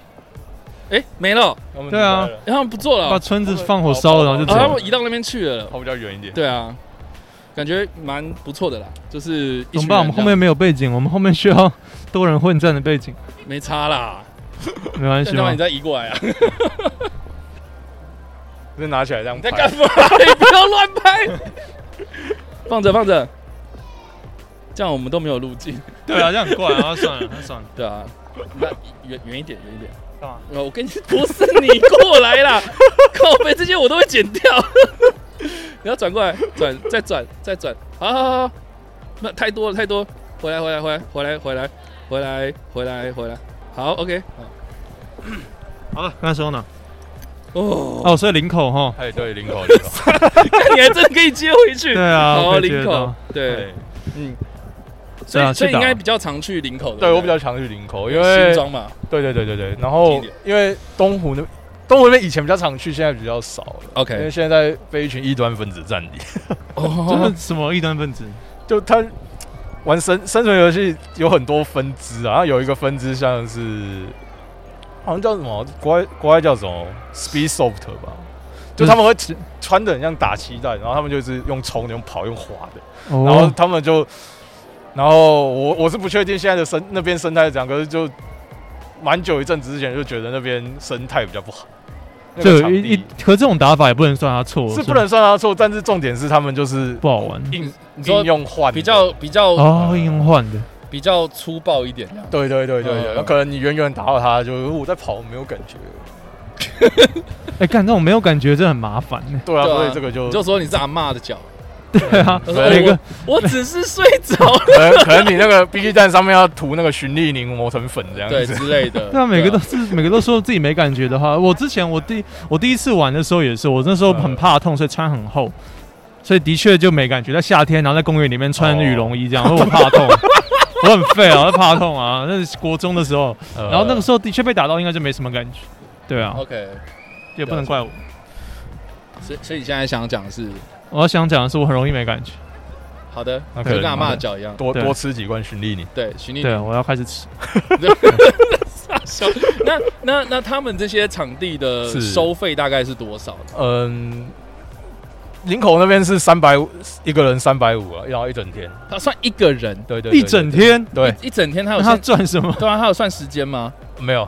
哎没了，
对啊
哎他们不做了
把
哦，
村子放火烧了，然后就走
啊他
了
们。移到那边去了。
跑比较远一点。
对啊，感觉蛮不错的啦，就是一
怎
群
么办？我
人
们
这
后
样
面没有背景，我们后面需要多人混战的背景，
没差啦，
没哎关系
要不然
吗
你？再移过来啊！
就拿起来这样
你
拍。
在干嘛？ 你不要乱拍，放着放着，这样我们都没有路径。
对啊，这样很 怪啊，算了，那算了。
对啊，那远远一点，远一点。
干嘛？
呃，我跟你 不是你过来啦， 靠背这些我都会剪掉。 你要转过来，转再转再转，好好好好，那太多了太多，回来回来回来回来回来回哦来回来回来，好 OK，好
好了，刚才说呢？
哦，
哦，所以林口哈，
哎，对，领口，领口，
看你还真的可以接回去。
对啊，
好
我可以接
林
得
口
到，，
对，
对，
嗯，所
对
以
啊，
所以
去
应
打
该比较常去林口的。
对
不
我比较常去领口，因为
新庄嘛，
对对对对对，然
经
后
典
因为东湖那东湖那边以前比较常去，现在比较少了。因
OK，
为现在被一群异端分子占领，
真
哦
的什么异端分子？
就他玩生生存游戏有很多分支啊，然后有一个分支像是好像叫什么国外国外叫什么 Speedsoft 吧，就他们会穿的很像打气弹，然后他们就是用冲的、用跑、用滑的，然后
哦，
他们就，然后我我是不确定现在的生那边生态是怎样，可是就蛮久一阵子之前就觉得那边生态比较不好，那
就
个
有
场
一一
地，
可这种打法也不能算他啊错，
是不能算他错，但是重点是他们就是
不好玩
应
你
应
说
用换的
比较比较
哦，应用换的，
比较粗暴一点这样。
对对对对对，
嗯
可能你远远打到他，就是我在跑没有感觉，
哎，干这种没有感觉，真的很麻烦 呢。
对啊，
对啊
所以这个就
你就说你是阿嬷的 脚，
对啊，
我
每个
我只是睡着了，
可能可能你那个 B G 站上面要涂那个循例凝磨成粉这样
对
子，
之类的。
对啊，每个都是每个都说自己没感觉的 话，我之前我第我第一次玩的时候也是，我那时候
嗯
很怕痛，所以穿很厚，所以的确就没感觉。在夏天，然后在公园里面穿羽绒衣这样，因为 我怕痛，我很废啊，我怕痛啊。那是国中的时候，
呃
然后那个时候的确被打到，应该就没什么感觉。对啊，
OK，
也不能怪我。
所以所以你现在想讲的是，
我要想讲的是，我很容易没感觉。
好的，
那
就
可
跟阿
能
嬷的脚一样。
多
对
多吃几罐循例凝，
对，徐丽
啊
对，啊我要开始吃。
小那那那他们这些场地的
是
收费大概是多少？
嗯。林口那边是三百五，一个人三百五啊，然后一整天，
他算一个人
对对对
一整，天，
对，
一整天，他有
那他
算
赚什 么？
对啊，他有算时间吗？
对没有，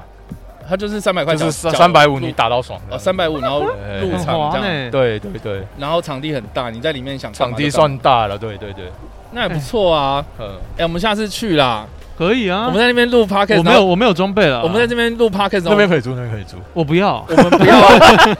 他就是三百块角，
就是三
角
三百五
入
你打到爽
哦，三百五，然后
哎
入场这样，
呢。
对对对，
然后场地很大，你在里面想干
场
嘛
地
就干嘛
算大了，对对对，
那也不错啊。
嗯，
哎，我们下次去啦，
可以
我
啊
们。在那边录 podcast，
我没
然
有，
后
我没有装备了。
我们在这边录 podcast，
啊那边
然后
可以租，那边可以租，
我不要。
我们不要，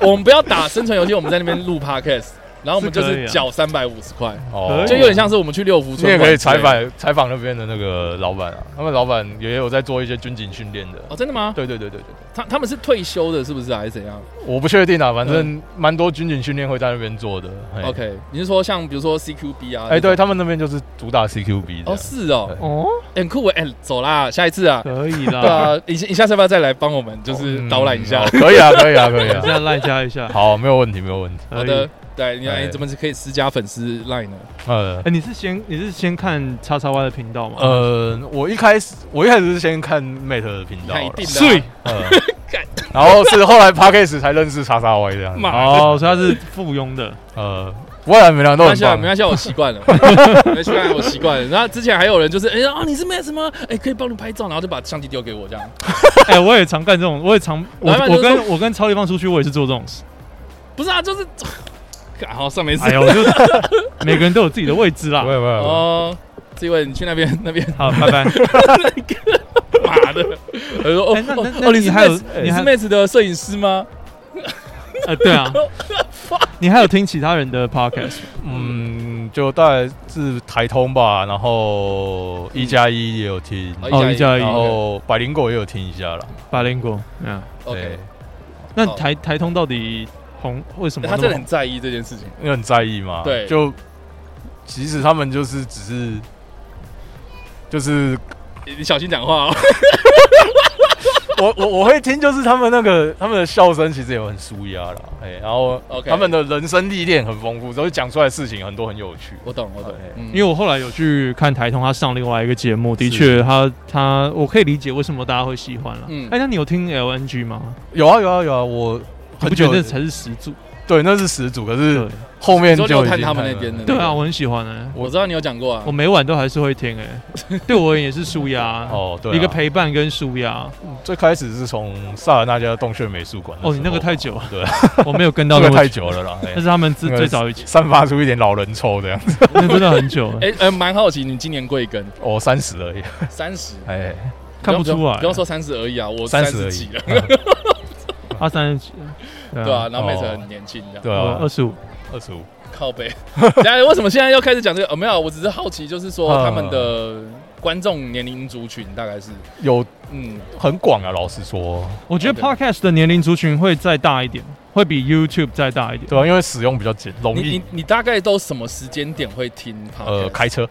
我 们不要打生存游戏，我们在那边录 podcast，然后我们就是
可以
是
啊
缴三百五十块，
哦
就有点像是我们去六福
你
村
也
玩之类的，
可以采访采访那边的那个老板啊，他们老板也有在做一些军警训练的。
哦，真的吗？
对对对对对，
他他们是退休的，是不是还是怎样
我不确定啊，反正蛮多军警训练会在那边做的。嘿
？OK，你是说像比如说 CQB 啊？
哎，对他们那边就是主打 CQB
哦，
的，
是哦，
对
哦，
欸很酷哎，欸走啦，下一次啊，
可以啦。
对啊，你下你下次要不要再来帮我们，就是导览一下
嗯哦？可以啊，可以啊，可以
现
啊。
在赖加一下。
好，没有问题，没有问题。
可以
好的，，对，你
哎
哎，怎么是可以私加粉丝 line 呢？
呃
哎，你是先你是先看叉叉 Y 的频道吗？
呃，我一开始我一开始是先看 Mate 的频道
看
啦
一，定的
睡
啊，
呃
干，
然后是后来 p a c k a g e 才认识叉叉 Y 这样子。
妈
哦，所以他是附庸的。
呃，不然每两
没
都
关
很
系啊，
棒
没。关系啊，我习惯了，没习惯，我习惯了。然后之前还有人就是，哎呀，啊你是没有什么，哎，可以帮你拍照，然后就把相机丢给我这样，
哎，我也常干这种，我也常我
老板
我
就说
跟我跟超立方出去，我也是做这种事。
不是啊，就是， 干好，算没事
哎。呦，就是每个人都有自己的位置啦
不。会不会不会，
啊哦，这位你去那边 那边
好，拜拜。
妈的，他说哦
哎那那
哦，
那
你
你
是
还有
Max，你
你
是
还
Max 的摄影师吗？
呃对 啊，你还有听其他人的 podcast？吗
嗯，就大概是台通吧，然后一加一也有听，
哦
哦，一加一
然后百灵果也有听一下了。
百灵果。嗯，
OK，
那
好
台台通到底红为什么
哦欸
那
他
么
真的
红
很在意这件事情。
因为很在意嘛。
对
就其实他们就是只是就是
你你小心讲话哦。
我我我会听，就是他们那个他们的笑声其实也很舒压啦，哎、然后
OK
他们的人生历练很丰富，所以讲出来的事情很多很有趣。
我懂，我懂
哎。
嗯
因为我后来有去看台通，他上另外一个节目，的确，他他我可以理解为什么大家会喜欢了。
嗯
哎，那你有听 LNG 吗？
有啊有啊有啊，我
你
很
不觉
久
得这才是始祖？
对那是始祖，可
对
是后面
你说
就
刘
已
探
经
他们
太
那边的，
对啊，，我很喜欢哎，
我知道你有讲过啊
我。每晚都还是会听哎，对我而言也是舒压，
哦对啊、
一个陪伴跟舒压。
最开始是从萨尔那加洞穴美术馆的时候。
哦，你那个太久了，
对，
我没有跟到
那
那
个
么
太
久，
久了啦，哎
但是他们自
那个
最早一 起，
散发出一点老人臭这样子。
那真的很久了，
哎，呃，蛮好奇你今年贵庚？
哦，三十而已，
三十？
哎，
看不出来
不。用说三十而已啊，我三
三十
十
而
几
已
了，，
他三十几，
对啊，，然后妹子
哦
很年轻这样。
对
我
啊
哦二，十五，
二十五，
靠背。 等下为什么现在又开始讲这个？哦，没有，我只是好奇，就是说
啊
他们的观众年龄族群大概是，
有
嗯，
很广啊，老实说，
我觉得
OK
podcast 的年龄族群会再大一点，会比 YouTube 再大一点。
对啊，因为使用比较简容
你
易
你。你大概都什么时间点会听 podcast？
呃，开车，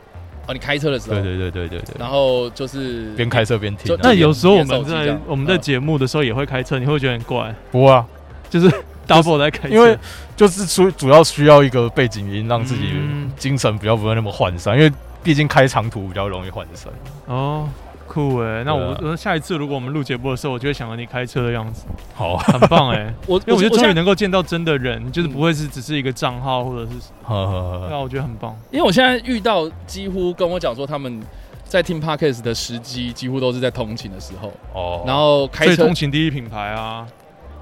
哦，你开车的时候，
对对对对对对，
然后就是
边开车边听啊。
就
那有时候我
你的
们
手机这
在
样
我们在
嗯
节目的时候也会开车，你会不会觉得很怪，
不会啊，
就是 double 在开车，
因为就是主主要需要一个背景音，让自己
嗯
精神比较不会那么涣散，因为毕竟开长途比较容易涣散。
哦。酷哎、那我、
对
我下一次如果我们录节目的时候，我就会想到你开车的样子，
好啊，
很棒 哎、
我
因为我嗯觉得终于
现在
能够见到真的人，就是不会是只是一个账号或者是，
呵呵呵
那、我觉得很棒。
因为我现在遇到几乎跟我讲说他们在听 podcast 的时机，几乎都是在通勤的时候，
哦，
然后开
所以
车
通，勤第一品牌啊，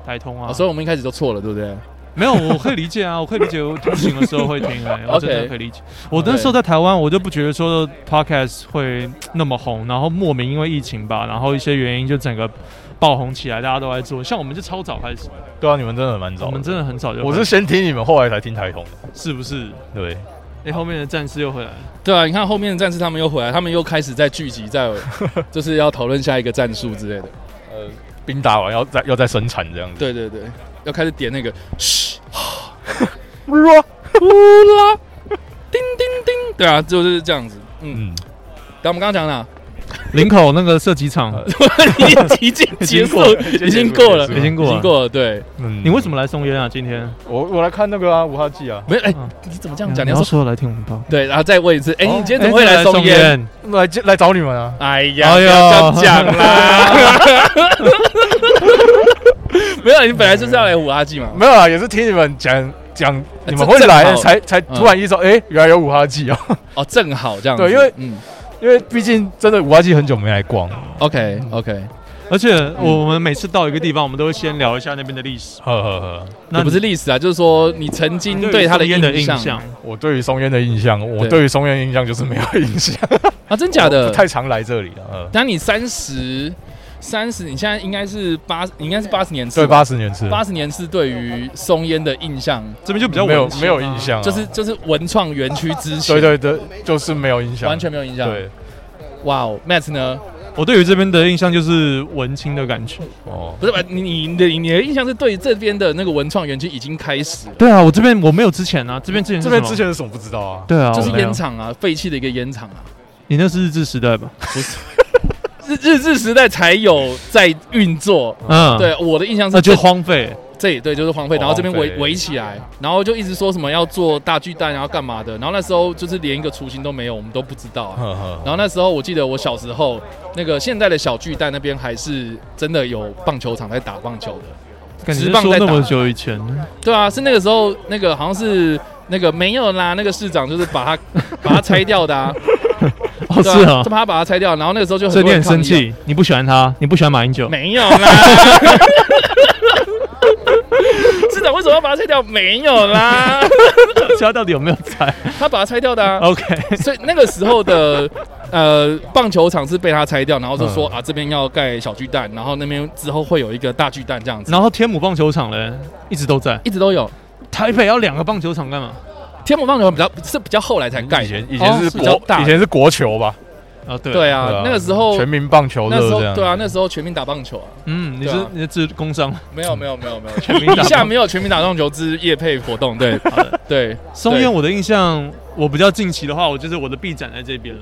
台通啊，
哦所以我们一开始就错了，对不对？
没有，我可以理解啊，我可以理解，我通勤的时候会听哎、 我真的
OK
可以理解。我那时候在台湾，我就不觉得说 podcast 会那么红，然后莫名因为疫情吧，然后一些原因就整个爆红起来，大家都在做。像我们就超早开始，
对啊，你们真的蛮早
我
的，
们真的很早就开始，
我是先听你们，后来才听台通的。
是不是？
对，
哎、后面的战士又回来了，
对啊，你看后面的战士他们又回来，他们又开始在聚集，在就是要讨论下一个战术之类的。
呃，兵打完要再要再生产这样子。
对对对，要开始点那个嘘
不是说，
呼啦，叮叮叮，对啊，就是这样子。嗯，
嗯，
但我们刚刚讲了，
林口那个射击场
已经结束，已经
已经
过
过
了
了，
已经过
已
了。
经过了。对，
嗯
你为什么来松烟啊？今天
我我来看那个啊，五号季啊，
没有哎
嗯，
你怎么这样讲？
你
你
要
要说
说来听我们吧。
对，然后再问一次，哎，你今天怎么
诶
会来
松
松烟？？
来来找你们啊。
哎呀，
哎
不
呦
要这样讲啦！没有，你本来就是要来五阿季嘛。
没有啊，也是听你们讲讲，你们会
这正
来
好
才才突然意识到，哎、原来有五花季哦。
哦，正好这样子。
对因为
嗯
因为毕竟真的五花季很久没来逛，
，OK OK，
而且我们每次到一个地方，我们都会先聊一下那边的历史。
呵呵呵。
那
也不是历史啊，就是说你曾经对他的
松烟的印
象
象，
我对于松烟的印象，我
对
对于松烟的印象就是没有 印象，
啊，真假
不
的？
太常来这里了。呃，
那你三十三十，你现在应该是八，你应该是八十年次
对，
吧？
八十年次，
八十年是对于松烟的印象，
这边就比较
没有
文青啊
没有印。象啊、
就是就是文创园区之前，
对对对，就是没有印象，
完全没有印象。，
对。
哇哦，Matt 呢？
我对于这边的印象就是文青的感觉。
哦，
不是吧？呃你你你的你的印象是对于这边的那个文创园区已经开始了，
对啊，我这边我没有之前啊，这边之前是
这边
什么
之前是什么不知道啊？
对啊，
就是
我没有
烟。厂啊，废弃的一个烟厂啊。
你那是日治时代吧？
日日治时代才有在运作，
啊
嗯，，
对啊我的印象是
那就
这
荒废。
这里对，就是荒废，然后这边
哦荒废
围围起来，然后就一直说什么要做大巨蛋，然后干嘛的，然后那时候就是连一个雏形都没有，我们都不知道啊、
呵呵
然后那时候我记得我小时候，那个现在的小巨蛋那边还是真的有棒球场在打棒球的，
感觉
直棒
说
在
那
打
么久以前，
对啊，是那个时候那个好像是那个没有啦，那个市长就是把它 把它拆掉的啊，
哦是
对
啊
就，怕他把它拆掉，然后那个时候就很
所以
多
你
人
很生
抗议啊，
气，你不喜欢他，你不喜欢马英 九。
没有啦。 市长为什么要把它拆掉？没有啦，
他到底有没有猜
他把它拆掉的啊。
？OK，
所以那个时候的呃棒球场是被他拆掉，然后就说、啊这边要盖小巨蛋，然后那边之后会有一个大巨蛋这样子，
然后天母棒球场嘞一直都在。
一直都有。
台北要两个棒球场干嘛？
天母棒球场比较是比较后来才盖
以
的，
前以前
哦
是
比较
国
大
以
的，
前是国球吧？
啊，对
对
啊，
啊
对啊，
那个时候
全民棒球
那时
热
候
这样。
对啊，那时候全民打棒球啊，
嗯，你
对
是
啊
你是指工 商
没有没有没有没有，
民打棒
以下没有全民打棒球之夜配活动，对
的
对，
松
对
烟，我的印象，我比较近期的话，我就是我的臂展在这边了。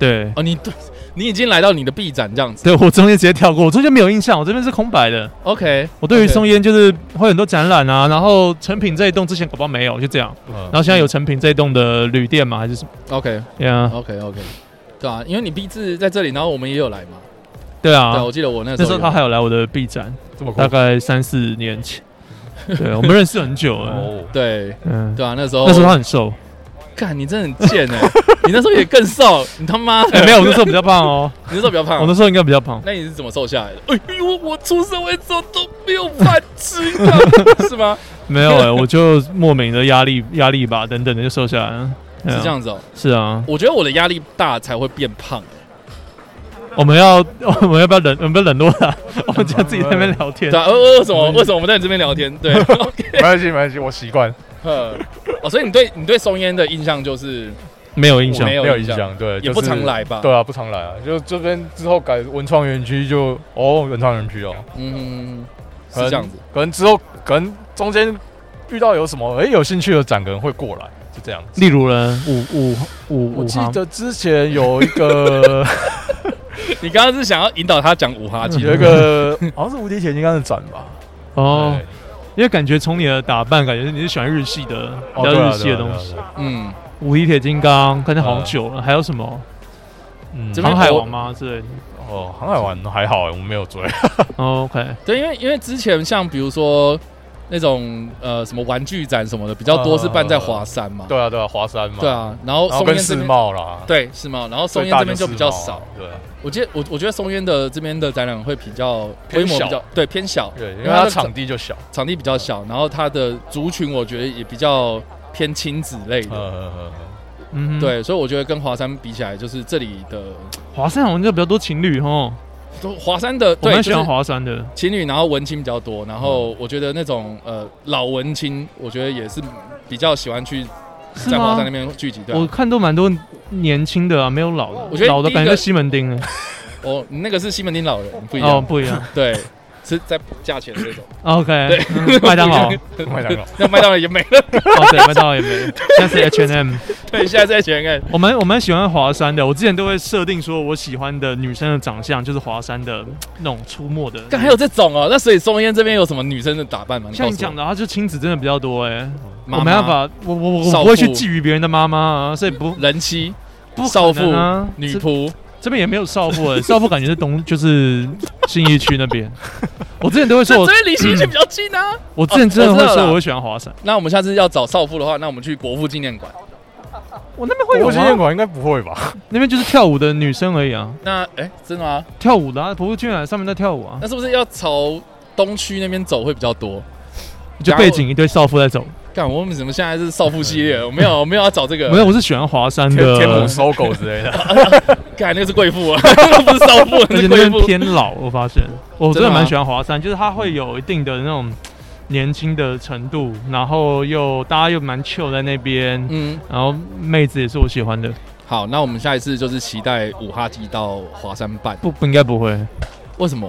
对，
哦你你已经来到你的 B 展这样子
对我中间直接跳过，我中间没有印象，我这边是空白的。
，OK，
我对于
OK
松烟就是会很多展览啊，然后成品这一栋之前搞不好没有，就这样。
嗯
然后现在有成品这一栋的旅店嘛，还是什么？
OK
对啊，
OK OK，对啊，因为你 B 字在这里，然后我们也有来嘛，
对
对啊，
啊。
我记得我那时
那
候
时候
有
他还有来我的臂展，
这么酷
大概三四年前。对，我们认识很久了。
哦，
对
嗯，
对啊，那时候
那时候他很瘦，
干你真的很贱哎、你那时候也更瘦，你他妈的
哎，没有，我那时候比较胖 哦，
你那时候比较胖
我那，时候应该比较胖。
那你是怎么瘦下来的？哎呦，我出社会之后都没有饭吃， 是吗？
没有哎，我就莫名的压力压力吧，等等的就瘦下来了。
是
对啊
这，样子哦、
是啊，
我觉得我的压力大才会变胖、欸
我们要我们要不要冷我们要冷落他？我们就自己在那边聊天
啊 呃对。啊，呃为什么为什么我们在这边聊天？对，OK，
没关系没关系，我习惯。
呃，哦，所以你对你对松烟的印象就是
没有印象
没。有
没有
印
影
象
响，对，
也
就
不
是
常来吧？
对啊，不常来啊，就这边之后改文创园区就哦，文创园区哦，
嗯，是
可能
这样子。
可能之后可能中间遇到有什么哎、有兴趣的展，可能会过来，就这样子。
例如呢，五五五
我
五
记
行，
得之前有一 个
你刚刚是想要引导他讲五花肌，
有一个好像是无敌铁金刚的展吧，
哦，因为感觉从你的打扮，感觉你是喜欢日系的，
对，
比较
哦对啊
日系的东，
对啊
西
对啊对。啊
嗯，
无敌铁金刚，看起来好
嗯
久了，还有什么
嗯
这边
航海
我
王吗之类的
哦，航海王还好哎，我们没有追，
哦？OK，
对，因为因为之前像比如说那种呃什么玩具展什么的比较多是办在华山嘛，
对啊对啊，华山嘛，
对，啊，然后
然后
松
跟
烟
世
这边
贸啦，
对世贸，然后松
最
烟
大
这边就比较
世贸
少
啊，，对啊，
我记得我我觉得松烟的这边的展览会比较规
偏
模
小
比较对偏小，
对，因
因
为
为它
它
的
场地就小，
场地比较小，然后它的族群我觉得也比较偏亲子类的，
嗯嗯 嗯嗯。
嗯哼，
对，所以我觉得跟华山比起来，就是这里的
华山好像就比较多情侣哦，
都华山的
我
对，
蛮
就
喜
是
欢华山的。
情侣，然后文青比较多，然后
嗯
我觉得那种呃老文青，我觉得也是比较喜欢去
是
在华
吗
山那？边聚集。对啊、
我看都蛮多年轻的啊，没有老的。
我觉得
老的
第一个
感觉就西门町了。
我哦，你那个是西门町老人，不一样，
哦，不一 样。
对，是在价钱的那种。
OK，
对
嗯 麦当劳。
不一
哦，
麦当劳，
那麦当劳也没了，
对，麦当劳也没了。现在是 H&M。
对，现在在前看，
我蛮我蛮喜欢华山的，我之前都会设定说我喜欢的女生的长相就是华山的嗯那种出没的。
但还有这种哦。那所以松烟这边有什么女生的打扮吗？
像你讲
的，
的，她就亲子真的比较多哎、
妈
我
妈
没办，法，我我我
少
我
妇
不会去觊觎别人的妈妈啊，所以不
人妻、
不
少
可能啊
妇、女
这
仆，
这边也没有少妇、欸，少妇感觉是东就是信义区那边。我之前都会说
这
我，
边离 新区比较近啊。
我之前真的
哦我
会
知道了
说我会喜欢华山，
那我们下次要找少妇的话，那我们去国父纪念馆。
我那边
国际
会
烟
有吗？
馆应该不会吧？
那边就是跳舞的女生而已啊，
那哎，真的吗？
跳舞的啊，博物馆上面在跳舞啊，
那是不是要朝东区那边走会比较多？
就背景一堆少妇在走。
干，我们怎么现在是少妇系列？我没有，我没有要找这个。
没有，，我是喜欢华山
天天 母
的，
搜狗之类的，
干那个是贵妇啊， 不是 少妇，
而且
是
那
贵
边
妇。
偏老，我发现我真
真的
的
吗
蛮喜欢华山，就是它会有一定的那种年轻的程度，然后又大家又蛮 chill 在那边，
嗯，
然后妹子也是我喜欢的，
好，那我们下一次就是期待五哈基到华山办。
不不应该不会
为什么？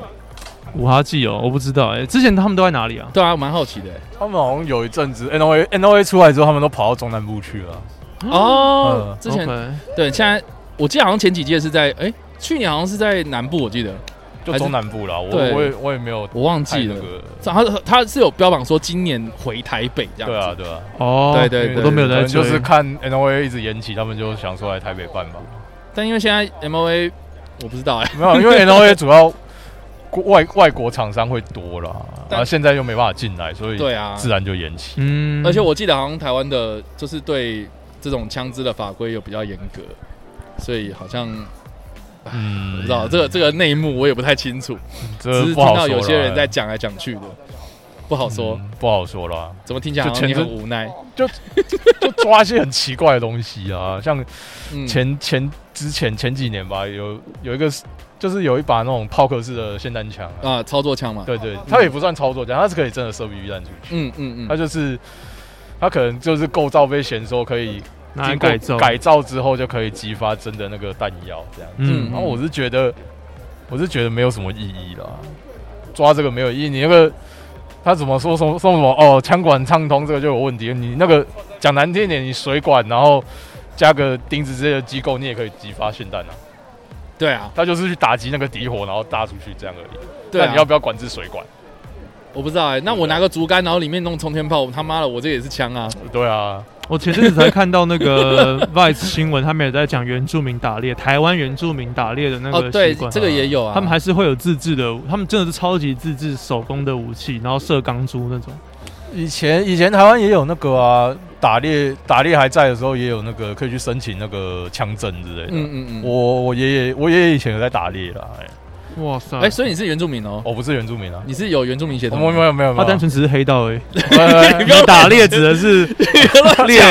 五哈记哦，我不知道哎、之前他们都在哪里啊？
对啊，蛮好奇的欸。
他们好像有一阵子 N O A N O A 出来之后，他们都跑到中南部去了。嗯
哦，之前
OK
对，现在我记得好像前几届是在哎，去年好像是在南部，我记得
就中南部啦，我
对
我也我也没有
我忘
太
记
那
了。
个，
他他是有标榜说今年回台北这样子。
对啊对啊，
哦，
对对
因为
我都没有在
可能
追，
就是看 N O A 一直延期，他们就想说来台北办吧。
但因为现在 M O A 我不知道哎、
没有，因为 N O A 主要国外外国厂商会多啦，
但
然后现在又没办法进来，所以
对啊，
自然就延期。
嗯
而且我记得好像台湾的就是对这种枪支的法规有比较严格，所以好像
嗯，
不知道这个这个内幕我也不太清楚，只
这
是
不
听到
好说啦哎
有些人在讲来讲去的，不好说，
嗯不好说啦。
怎么听起来好像
就
你
前阵
很无奈。
就抓一些很奇怪的东西啊，像
嗯，
前前之前前几年吧，有有一个就是有一把那种炮壳式的霰弹枪
哦
啊，
啊操作枪嘛，
对对，它也不算操作枪，它是可以真的射避避弹出去，
嗯嗯
它
嗯，
就是它可能就是构造被嫌说可以
拿来
经过
改造，
改造之后就可以激发真的那个弹药这样，
嗯
嗯
然后我是觉得我是觉得没有什么意义啦，抓这个没有意义，你那个。他怎么说什么说什么哦？枪管畅通这个就有问题。你那个讲难听一点，你水管然后加个钉子之类的机构，你也可以激发霰弹啊。
对啊
他就是去打击那个敌火，然后搭出去这样而已。
对
那
啊
你，要啊不要管制水管？
我不知道哎、那我拿个竹竿，然后里面弄冲天炮，他妈的，我这也是枪啊，
对啊，
我前阵子才看到那个 Vice 新闻，他们也在讲原住民打猎，台湾原住民打猎的那
哦
个
对
习，惯。
这个也有啊，
他们还是会有自制的，他们真的是超级自制手工的武器，然后射钢珠那种。
以前以前台湾也有那个啊，打猎打猎还在的时候，也有那个可以去申请那个枪证之类的。
嗯嗯嗯，
我我爷爷我爷爷以前有在打猎啦、哎
哇塞！
哎，所以你是原住民哦，
我不是原住民啊，
你是有原住民血
我
统
没有
的。
没有没有，
他单 纯只是黑道而已。
哎
纯
你打猎指的 是猎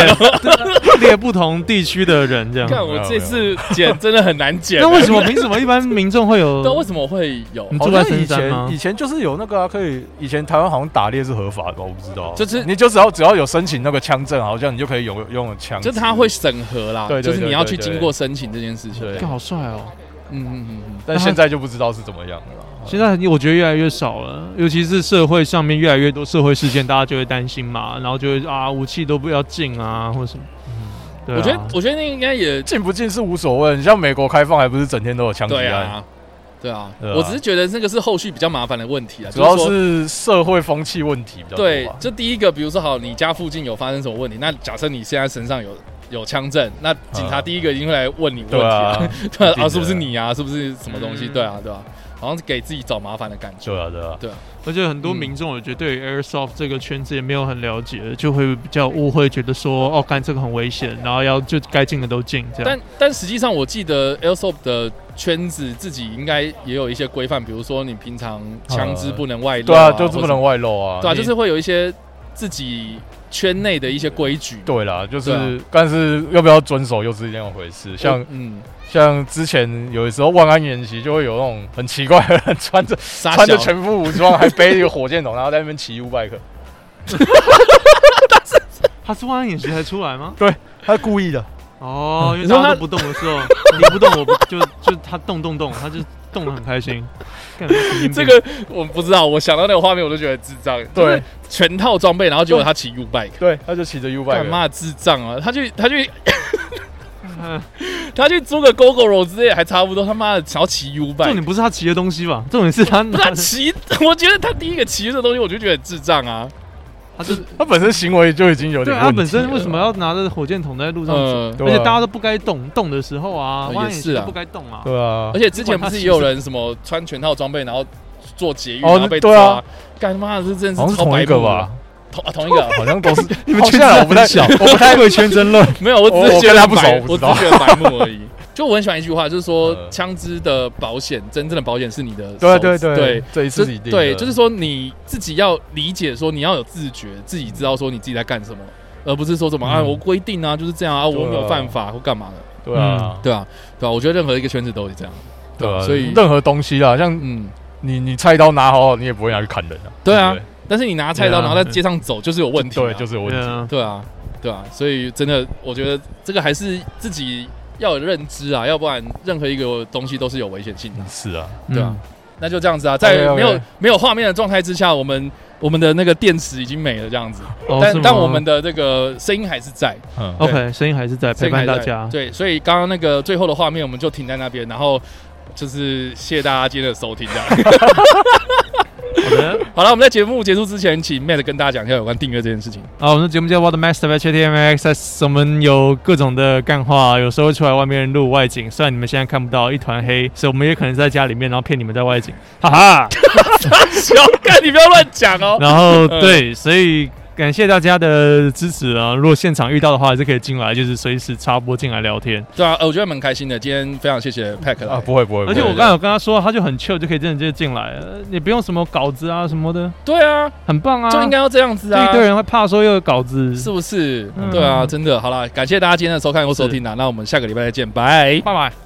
猎 不同地区的人这
看
样。
我这次剪真的很难 剪。欸
那为什么凭什么一般民众会有
对，？为什么会有
你？
好
住在
像
深
以
啊
山吗
前以？前就是有那个啊，可以以前台湾好像打猎是合法的吧，我不知道啊。
就是
你就只要只要有申请那个枪证，好像你就可以有用枪。
就是他会，审核啦，
对对
就是
对
你要去
对对
经过申请这件事情。
对
干好帅哦！
嗯嗯嗯嗯，
但现在就不知道是怎么样了啦。
现在我觉得越来越少了，尤其是社会上面越来越多社会事件，大家就会担心嘛，然后就会啊武器都不要进啊，或者什么。对啊
我觉得我觉得那应该也
进不进是无所谓，你像美国开放还不是整天都有枪击
对
案？
啊，对啊，
对啊
我只是觉得那个是后续比较麻烦的问题啊，
主要
就是说
是社会风气问题比较多
对
吧，。
就第一个，比如说好，你家附近有发生什么问题，那假设你现在身上有有枪证，那警察
啊
第一个一定会来问你问题
对啊
啊，， 对
一定
啊，
的
是不是你啊，是不是什么东西？
嗯
对啊，对啊，好像是给自己找麻烦的感觉。
对啊，对啊。
而且很多民众，我觉得对于 airsoft 这个圈子也没有很了解，就会比较误会，觉得说哦，干这个很危险，然后要就该进的都进这样。
但但实际上，我记得 Airsoft 的圈子自己应该也有一些规范，比如说你平常枪支不能外露、
对啊，就是不
或者
能外露啊。
对啊，
你
就是会有一些自己圈内的一些规矩。
对啦，就
对
是
啊，
但是要不要遵守又是另一回事。像
嗯，
像之前有的时候万安演习就会有那种很奇怪的人穿着
杀
穿
小
着全副武装，还背一个火箭筒，然后在那边骑 U bike，
他是万安演习才出来吗？
他故意的。
哦，因为
你说
大家
他
都不动的时候，你不动，我不就就他动动动，他就动得很开 心。干神经病
这个我不知道，我想到那个画面我就觉得智障。就是
对
全套装备，然后结果他骑 U bike，
对，他就骑着 U
干
bike，
嘛智障啊？他去他 去
嗯
他去租个 GoGo 之类还差不多，他妈的想要骑 U
重
bike，
点不是他骑的东西吧？重点是他
不是他骑，我觉得他第一个骑的东西我就觉得很智障啊。
他就
他本身行为就已经有
对
点
他
问题了。
本身为什么要拿着火箭筒在路上走？
嗯，
对
而且
啊
大家都不该动，动的时候啊，
呃
万安
也
演
是
习
啊
都不该动啊。
对啊
而，且之前不是也有人什么穿全套装备，然后做劫狱，
哦
然后被
对啊
抓，干妈的这真的
好像
是
是
超
同
白
一个
目的
吧？？
同啊同一个
好像都是你
们
好
圈子
像我不太
很小
我不太会圈争论。
没有，我只
我
是
我
觉
跟
得
他不熟
白
我不
我只
知道
是觉得白目而已。 就我很喜欢一句话，就是说
嗯
枪支的保险，真正的保险是你的手 指
对对对
对，
这一
就
次一定的
对，就是说你自己要理解，说你要有自觉，自己知道说你自己在干什么，而不是说什么啊，
嗯
我规定啊就是这样啊，
对啊
我没有犯法或干嘛的，
对啊，
对啊，对啊，我觉得任何一个圈子都是这样，
对啊，
所以
任何东西啦，像
嗯，
你你菜刀拿好好，你也不会拿去砍人啊。
对啊
不
但是你拿菜
对啊
刀然后在街上走就是有问题啊，
对，就是有问
对
题。
啊，
对啊，对啊，所以真的，我觉得这个还是自己要有认知啊，要不然任何一个东西都是有危险性的。
是啊，
嗯
对啊，那就这样子啊，在
OK，OK
没有没有画面的状态之下，我们我们的那个电池已经没了这样子，
哦是
但
吗
但我们的这个声音还是在，
嗯，
OK 声音还是在陪伴大家。
对，所以刚刚那个最后的画面我们就停在那边，然后就是谢谢大家今天的收听，这样。
好的，
好了，我们在节目结束之前，请 Matt 跟大家讲一下有关订阅这件事情。
好，我们的节目叫 What Master by HTMX，我们有各种的干话，有时候会出来外面录外景，虽然你们现在看不到一团黑，所以我们也可能是在家里面，然后骗你们在外景，哈哈。
小干，你不要乱讲哦。
然后对，所以感谢大家的支持啊！如果现场遇到的话，还是可以进来，就是随时插播进来聊天。
对啊，呃我觉得蛮开心的，今天非常谢谢 Pack
啊，
来。
不会不会。
而且
不
我
会
刚才有跟他说，他就很 chill，就可以真的就进来了，也不用什么稿子啊什么的，
对啊，
很棒啊！
就应该要这样子
就
啊
一。堆人会怕说又有稿子，
是不是
嗯？
对啊，真的，好啦，感谢大家今天的收看或收听啦，那我们下个礼拜再见，拜。
拜拜。